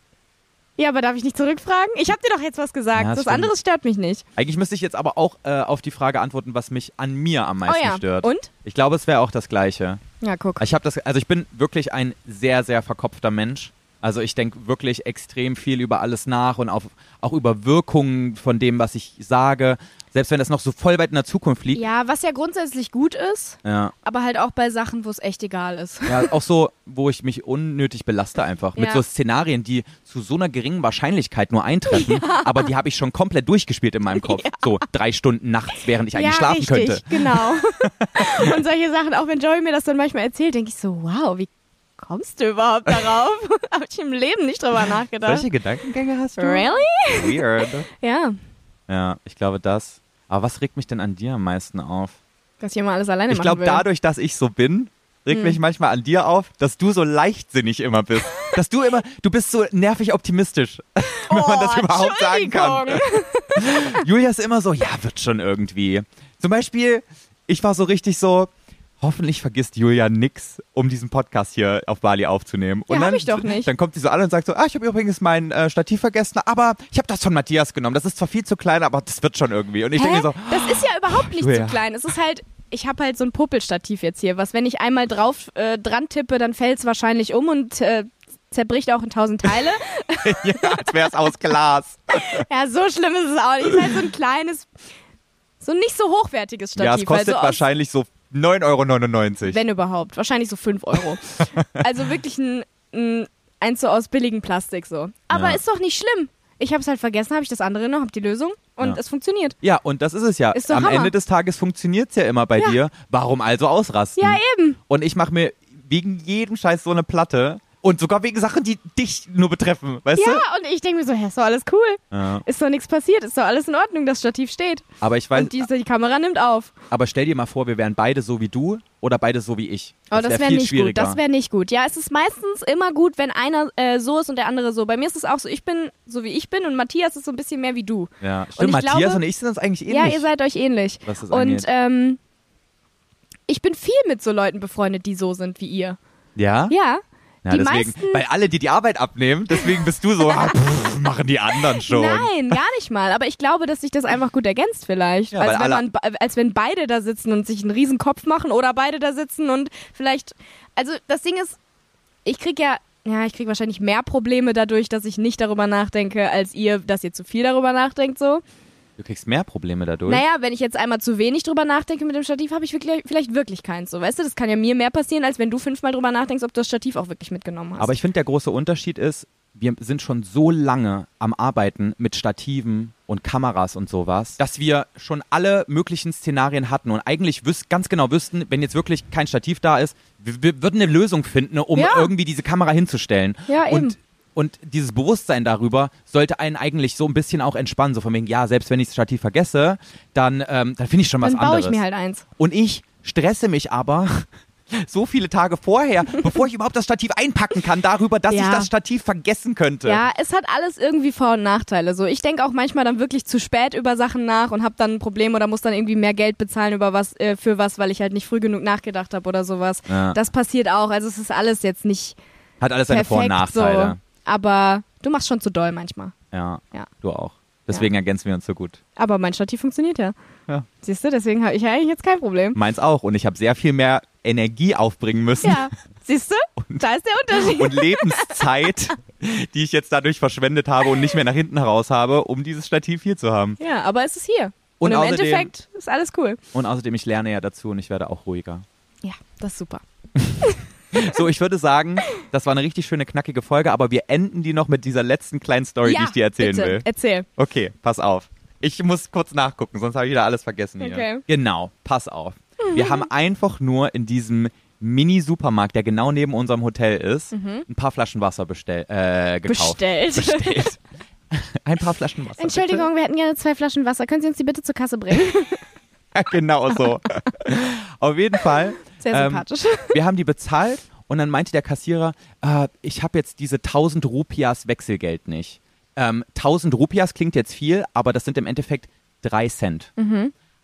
A: Ja, aber darf ich nicht zurückfragen? Ich habe dir doch jetzt was gesagt.
B: Ja,
A: das
B: das stimmt.
A: anderes stört mich nicht.
B: Eigentlich müsste ich jetzt aber auch äh, auf die Frage antworten, was mich an mir am meisten
A: oh ja.
B: stört.
A: Und?
B: Ich glaube, es wäre auch das Gleiche.
A: Ja, guck.
B: Ich habe das, also ich bin wirklich ein sehr, sehr verkopfter Mensch. Also ich denke wirklich extrem viel über alles nach und auf, auch über Wirkungen von dem, was ich sage. Selbst wenn das noch so voll weit in der Zukunft liegt.
A: Ja, was ja grundsätzlich gut ist,
B: Ja.
A: aber halt auch bei Sachen, wo es echt egal ist.
B: Ja, auch so, wo ich mich unnötig belaste einfach. Mit
A: Ja.
B: so Szenarien, die zu so einer geringen Wahrscheinlichkeit nur eintreffen, aber die habe ich schon komplett durchgespielt in meinem Kopf. So drei Stunden nachts, während ich eigentlich
A: ja,
B: schlafen
A: richtig,
B: könnte.
A: Genau. und solche Sachen, auch wenn Joey mir das dann manchmal erzählt, denke ich so, wow, wie kommst du überhaupt darauf? Habe ich im Leben nicht drüber nachgedacht.
B: Solche Gedankengänge hast du?
A: Really?
B: Weird.
A: Ja,
B: Ja, ich glaube das. Aber was regt mich denn an dir am meisten auf?
A: dass ich immer alles alleine
B: Ich
A: machen
B: glaube,
A: will. Hm.
B: dadurch, dass ich so bin, regt mich manchmal an dir auf, dass du so leichtsinnig immer bist. dass du immer, du bist so nervig optimistisch, wenn man das
A: Oh,
B: überhaupt sagen kann.
A: Entschuldigung.
B: Julia ist immer so, ja, wird schon irgendwie. Zum Beispiel, ich war so richtig so, hoffentlich vergisst Julia nix, um diesen Podcast hier auf Bali aufzunehmen. Und
A: Ja, hab
B: dann,
A: ich doch nicht.
B: Dann kommt sie so an und sagt so, ah, ich habe übrigens mein äh, Stativ vergessen, aber ich habe das von Matthias genommen. Das ist zwar viel zu klein, aber das wird schon irgendwie. Und ich
A: Hä?
B: denke so, oh
A: das ist ja überhaupt nicht
B: Julia.
A: zu klein. Es ist halt, ich habe halt so ein Popelstativ jetzt hier, was wenn ich einmal drauf äh, dran tippe, dann fällt es wahrscheinlich um und äh, zerbricht auch in tausend Teile.
B: ja, als wäre es aus Glas.
A: ja, so schlimm ist es auch nicht. Es ist halt so ein kleines, so ein nicht so hochwertiges Stativ.
B: ja, es kostet
A: weil so aus-
B: wahrscheinlich so 9,99 Euro.
A: Wenn überhaupt. Wahrscheinlich so 5 Euro. also wirklich ein, ein, eins so aus billigem Plastik so. Aber
B: Ja.
A: ist doch nicht schlimm. Ich habe es halt vergessen, habe ich das andere noch, habe die Lösung und
B: Ja.
A: es funktioniert.
B: Ja, und das ist es ja.
A: Ist doch
B: Am
A: Hammer.
B: Ende des Tages funktioniert's ja immer bei
A: Ja.
B: dir. Warum also ausrasten?
A: Ja, eben.
B: Und ich mache mir wegen jedem Scheiß so eine Platte. Und sogar wegen Sachen, die dich nur betreffen, weißt
A: Ja, und ich denke mir so, hä, ist doch alles cool.
B: du? Ja.
A: Ist doch nichts passiert, ist doch alles in Ordnung, das Stativ steht.
B: Aber ich weiß,
A: Und die, die Kamera nimmt auf.
B: aber stell dir mal vor, wir wären beide so wie du oder beide so wie ich.
A: Aber Oh, das,
B: wär
A: wäre
B: viel
A: nicht gut.
B: schwieriger.
A: Das wäre nicht gut. Ja, es ist meistens immer gut, wenn einer äh, so ist und der andere so. Bei mir ist es auch so, ich bin so wie ich bin und Matthias ist so ein bisschen mehr wie du.
B: ja.
A: Und
B: Stimmt,
A: ich
B: Matthias
A: glaube-
B: und ich sind uns eigentlich ähnlich.
A: Ja, ihr seid euch ähnlich.
B: Was das angeht.
A: und ähm, ich bin viel mit so Leuten befreundet, die so sind wie ihr.
B: ja?
A: Ja.
B: Ja,
A: die
B: deswegen,
A: meisten-
B: weil alle, die die Arbeit abnehmen, deswegen bist du so, ah, pff, machen die anderen schon.
A: Nein, gar nicht mal. Aber ich glaube, dass sich das einfach gut ergänzt vielleicht.
B: Ja, weil
A: als, wenn
B: alle-
A: man, be- als wenn beide da sitzen und sich einen riesen Kopf machen oder beide da sitzen und vielleicht... Also das Ding ist, ich krieg ja... Ja, ich krieg wahrscheinlich mehr Probleme dadurch, dass ich nicht darüber nachdenke, als ihr, dass ihr zu viel darüber nachdenkt so.
B: Du kriegst mehr Probleme dadurch.
A: Naja, wenn ich jetzt einmal zu wenig drüber nachdenke mit dem Stativ, habe ich wirklich, vielleicht wirklich keins. So, weißt du, das kann ja mir mehr passieren, als wenn du fünfmal drüber nachdenkst, ob du das Stativ auch wirklich mitgenommen hast.
B: Aber ich finde, der große Unterschied ist, wir sind schon so lange am Arbeiten mit Stativen und Kameras und sowas, dass wir schon alle möglichen Szenarien hatten und eigentlich wüs ganz genau wüssten, wenn jetzt wirklich kein Stativ da ist, wir, wir würden eine Lösung finden, um
A: Ja.
B: irgendwie diese Kamera hinzustellen.
A: Ja, eben.
B: Und und dieses Bewusstsein darüber sollte einen eigentlich so ein bisschen auch entspannen, so von wegen, ja, selbst wenn ich das Stativ vergesse, dann, ähm, dann finde ich schon was
A: dann baue
B: anderes.
A: ich mir halt eins.
B: Und ich stresse mich aber so viele Tage vorher, bevor ich überhaupt das Stativ einpacken kann, darüber, dass
A: Ja.
B: ich das Stativ vergessen könnte.
A: Ja, es hat alles irgendwie Vor- und Nachteile. So, ich denke auch manchmal dann wirklich zu spät über Sachen nach und habe dann ein Problem oder muss dann irgendwie mehr Geld bezahlen über was äh, für was, weil ich halt nicht früh genug nachgedacht habe oder sowas.
B: Ja.
A: Das passiert auch. Also es ist alles jetzt nicht
B: Hat alles seine
A: perfekt
B: Vor- und Nachteile.
A: so. Aber du machst schon zu doll manchmal.
B: Ja.
A: Ja.
B: Du auch. Deswegen ergänzen wir uns so gut.
A: Aber mein Stativ funktioniert ja.
B: Ja.
A: Siehst du, deswegen habe ich eigentlich jetzt kein Problem.
B: Meins auch. Und ich habe sehr viel mehr Energie aufbringen müssen
A: Ja, siehst du? Da ist der Unterschied.
B: und Lebenszeit die ich jetzt dadurch verschwendet habe und nicht mehr nach hinten heraus habe, um dieses Stativ hier zu haben.
A: Ja, aber es ist hier. Und,
B: Und
A: im
B: außerdem-
A: Endeffekt ist alles cool.
B: Und außerdem, ich lerne ja dazu und ich werde auch ruhiger.
A: Ja, das ist super.
B: So, ich würde sagen, das war eine richtig schöne, knackige Folge, aber wir enden die noch mit dieser letzten kleinen Story,
A: ja,
B: die ich dir erzählen
A: bitte,
B: will.
A: Erzähl.
B: Okay, pass auf. Ich muss kurz nachgucken, sonst habe ich wieder alles vergessen hier.
A: Okay.
B: Genau, pass auf. Wir haben einfach nur in diesem Mini-Supermarkt, der genau neben unserem Hotel ist, ein paar Flaschen Wasser bestell, äh, gekauft.
A: Mhm. Bestellt.
B: Bestellt. Ein paar Flaschen Wasser.
C: Entschuldigung, wir hätten gerne zwei Flaschen Wasser. Können Sie uns die bitte zur Kasse bringen?
B: Bitte. Genau so. Auf jeden Fall.
A: Sehr
B: ähm,
A: sympathisch.
B: Wir haben die bezahlt und dann meinte der Kassierer, äh, ich habe jetzt diese 1000 Rupias Wechselgeld nicht. Ähm, 1000 Rupias klingt jetzt viel, aber das sind im Endeffekt 3 Cent.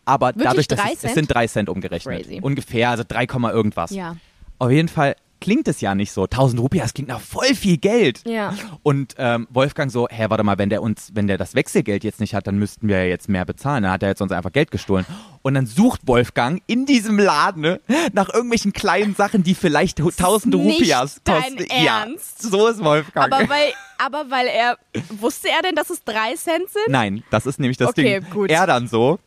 B: Aber
A: Mhm. Wirklich
B: dadurch, dass
A: drei
B: es, es
A: Cent?
B: sind 3 Cent umgerechnet.
A: Crazy.
B: Ungefähr, also 3, Komma irgendwas.
A: Ja.
B: Auf jeden Fall klingt es ja nicht so. 1000 Rupias klingt nach voll viel Geld.
A: Ja.
B: Und ähm, Wolfgang so, hä, warte mal, wenn der uns, wenn der das Wechselgeld jetzt nicht hat, dann müssten wir ja jetzt mehr bezahlen. Dann hat er jetzt uns einfach Geld gestohlen. Und dann sucht Wolfgang in diesem Laden ne, nach irgendwelchen kleinen Sachen, die vielleicht 1000
A: nicht
B: Rupias
A: dein
B: kosten.
A: Ernst.
B: Ja, so ist Wolfgang.
A: Aber weil, aber weil er, wusste er denn, dass es drei Cent sind?
B: Nein, das ist nämlich das
A: Okay,
B: Ding.
A: gut.
B: Er dann so,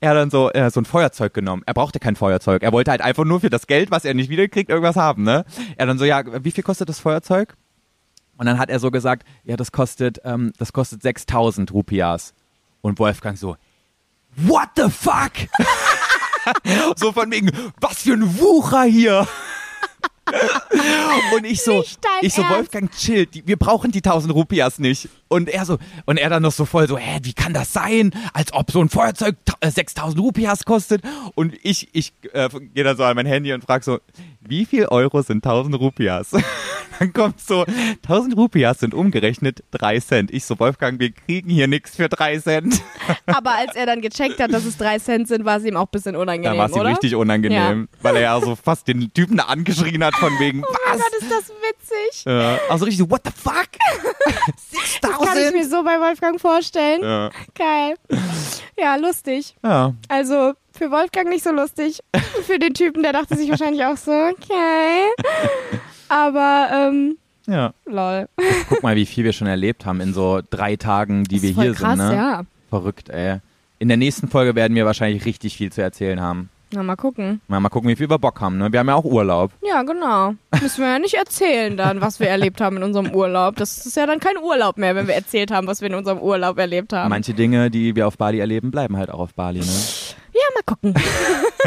B: er dann so, äh, so ein Feuerzeug genommen. Er brauchte kein Feuerzeug. Er wollte halt einfach nur für das Geld, was er nicht wiederkriegt, irgendwas haben, ne? Er dann so, ja, wie viel kostet das Feuerzeug? Und dann hat er so gesagt, ja, das kostet, ähm, das kostet 6000 Rupias. Und Wolfgang so, what the fuck? so von wegen, was für ein Wucher hier. Und ich so,
C: Nicht dein
B: ich so,
C: Ernst.
B: Wolfgang, chill, die, wir brauchen die 1000 Rupias nicht. Und er so, und er dann noch so voll so, hä, wie kann das sein? Als ob so ein Feuerzeug ta- äh, 6000 Rupias kostet. Und ich, ich äh, gehe dann so an mein Handy und frage so, wie viel Euro sind 1000 Rupias? Dann kommt so, 1000 Rupias sind umgerechnet 3 Cent. Ich so, Wolfgang, wir kriegen hier nichts für 3 Cent.
A: Aber als er dann gecheckt hat, dass es drei Cent sind, war es ihm auch ein bisschen unangenehm,
B: Da war es ihm
A: oder?
B: richtig unangenehm, weil er ja so fast den Typen da angeschrien hat von wegen, was?
A: Oh Gott, ist das witzig.
B: Ja, also richtig so, what the fuck?
A: Kann ich
B: 6000?
A: mir so bei Wolfgang vorstellen.
B: Ja.
A: Geil. Ja, lustig.
B: ja.
A: Also für Wolfgang nicht so lustig. Für den Typen, der dachte sich wahrscheinlich auch so, okay. Aber, ähm,
B: Ja.
A: lol.
B: Guck mal, wie viel wir schon erlebt haben in so drei Tagen, die wir
A: ist voll
B: hier
A: krass,
B: sind. Ne?
A: ja.
B: Verrückt, ey. In der nächsten Folge werden wir wahrscheinlich richtig viel zu erzählen haben.
A: Na, mal gucken.
B: Mal, mal gucken, wie viel wir Bock haben. Ne? Wir haben ja auch Urlaub.
A: Ja, genau. Müssen wir ja nicht erzählen dann, was wir erlebt haben in unserem Urlaub. Das ist ja dann kein Urlaub mehr, wenn wir erzählt haben, was wir in unserem Urlaub erlebt haben.
B: Manche Dinge, die wir auf Bali erleben, bleiben halt auch auf Bali. Ne?
A: Ja, mal gucken.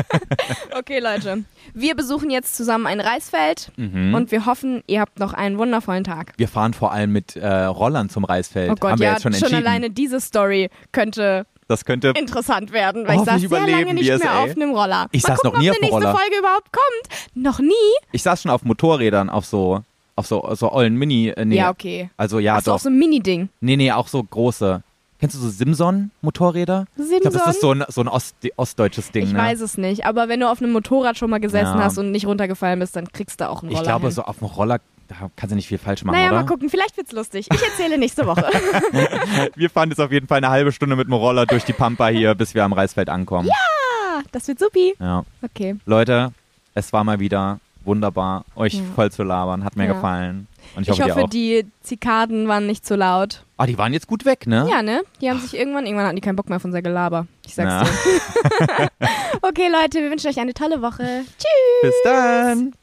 A: okay, Leute. Wir besuchen jetzt zusammen ein Reisfeld
B: Mhm.
A: und wir hoffen, ihr habt noch einen wundervollen Tag.
B: Wir fahren vor allem mit äh, Rollern zum Reisfeld.
A: Oh Gott,
B: haben wir
A: ja,
B: jetzt schon entschieden.
A: alleine diese Story könnte
B: das könnte
A: interessant werden, weil ich saß
B: Hoffentlich
A: sehr lange
B: überleben
A: nicht
B: wir
A: mehr
B: es, ey.
A: auf einem Roller.
B: Ich
A: mal
B: saß
A: gucken,
B: noch nie
A: ob
B: auf
A: die
B: einem
A: nächste
B: Roller.
A: Folge überhaupt kommt. Noch nie?
B: Ich saß schon auf Motorrädern, auf so, auf so, so ollen Mini. Äh, nee.
A: Ja, okay.
B: Also ja,
A: Hast du
B: doch.
A: auch so ein Mini-Ding?
B: nee, nee, auch so große. Kennst du so Simson-Motorräder? Ich glaube, das ist so ein, so ein Ost, ostdeutsches Ding.
A: Ich
B: ne?
A: weiß es nicht, aber wenn du auf einem Motorrad schon mal gesessen
B: Ja.
A: hast und nicht runtergefallen bist, dann kriegst du auch einen Roller.
B: ich glaube,
A: hin.
B: so auf dem Roller, da kannst du nicht viel falsch machen,
A: Naja,
B: oder?
A: mal gucken, vielleicht wird's lustig. Ich erzähle nächste Woche.
B: Wir fahren jetzt auf jeden Fall eine halbe Stunde mit dem Roller durch die Pampa hier, bis wir am Reisfeld ankommen.
A: Ah, das wird supi.
B: Ja.
A: Okay.
B: Leute, es war mal wieder wunderbar, euch
A: Ja.
B: voll zu labern. Hat mir
A: Ja.
B: gefallen. Und ich
A: Ich
B: hoffe,
A: hoffe,
B: dir auch.
A: die Zikaden waren nicht zu laut.
B: ah, die waren jetzt gut weg, ne?
A: Ja, ne? Die haben sich irgendwann, irgendwann hatten die keinen Bock mehr auf unser Gelaber. Ich sag's
B: Na,
A: dir. Okay, Leute, wir wünschen euch eine tolle Woche. Tschüss.
B: bis dann.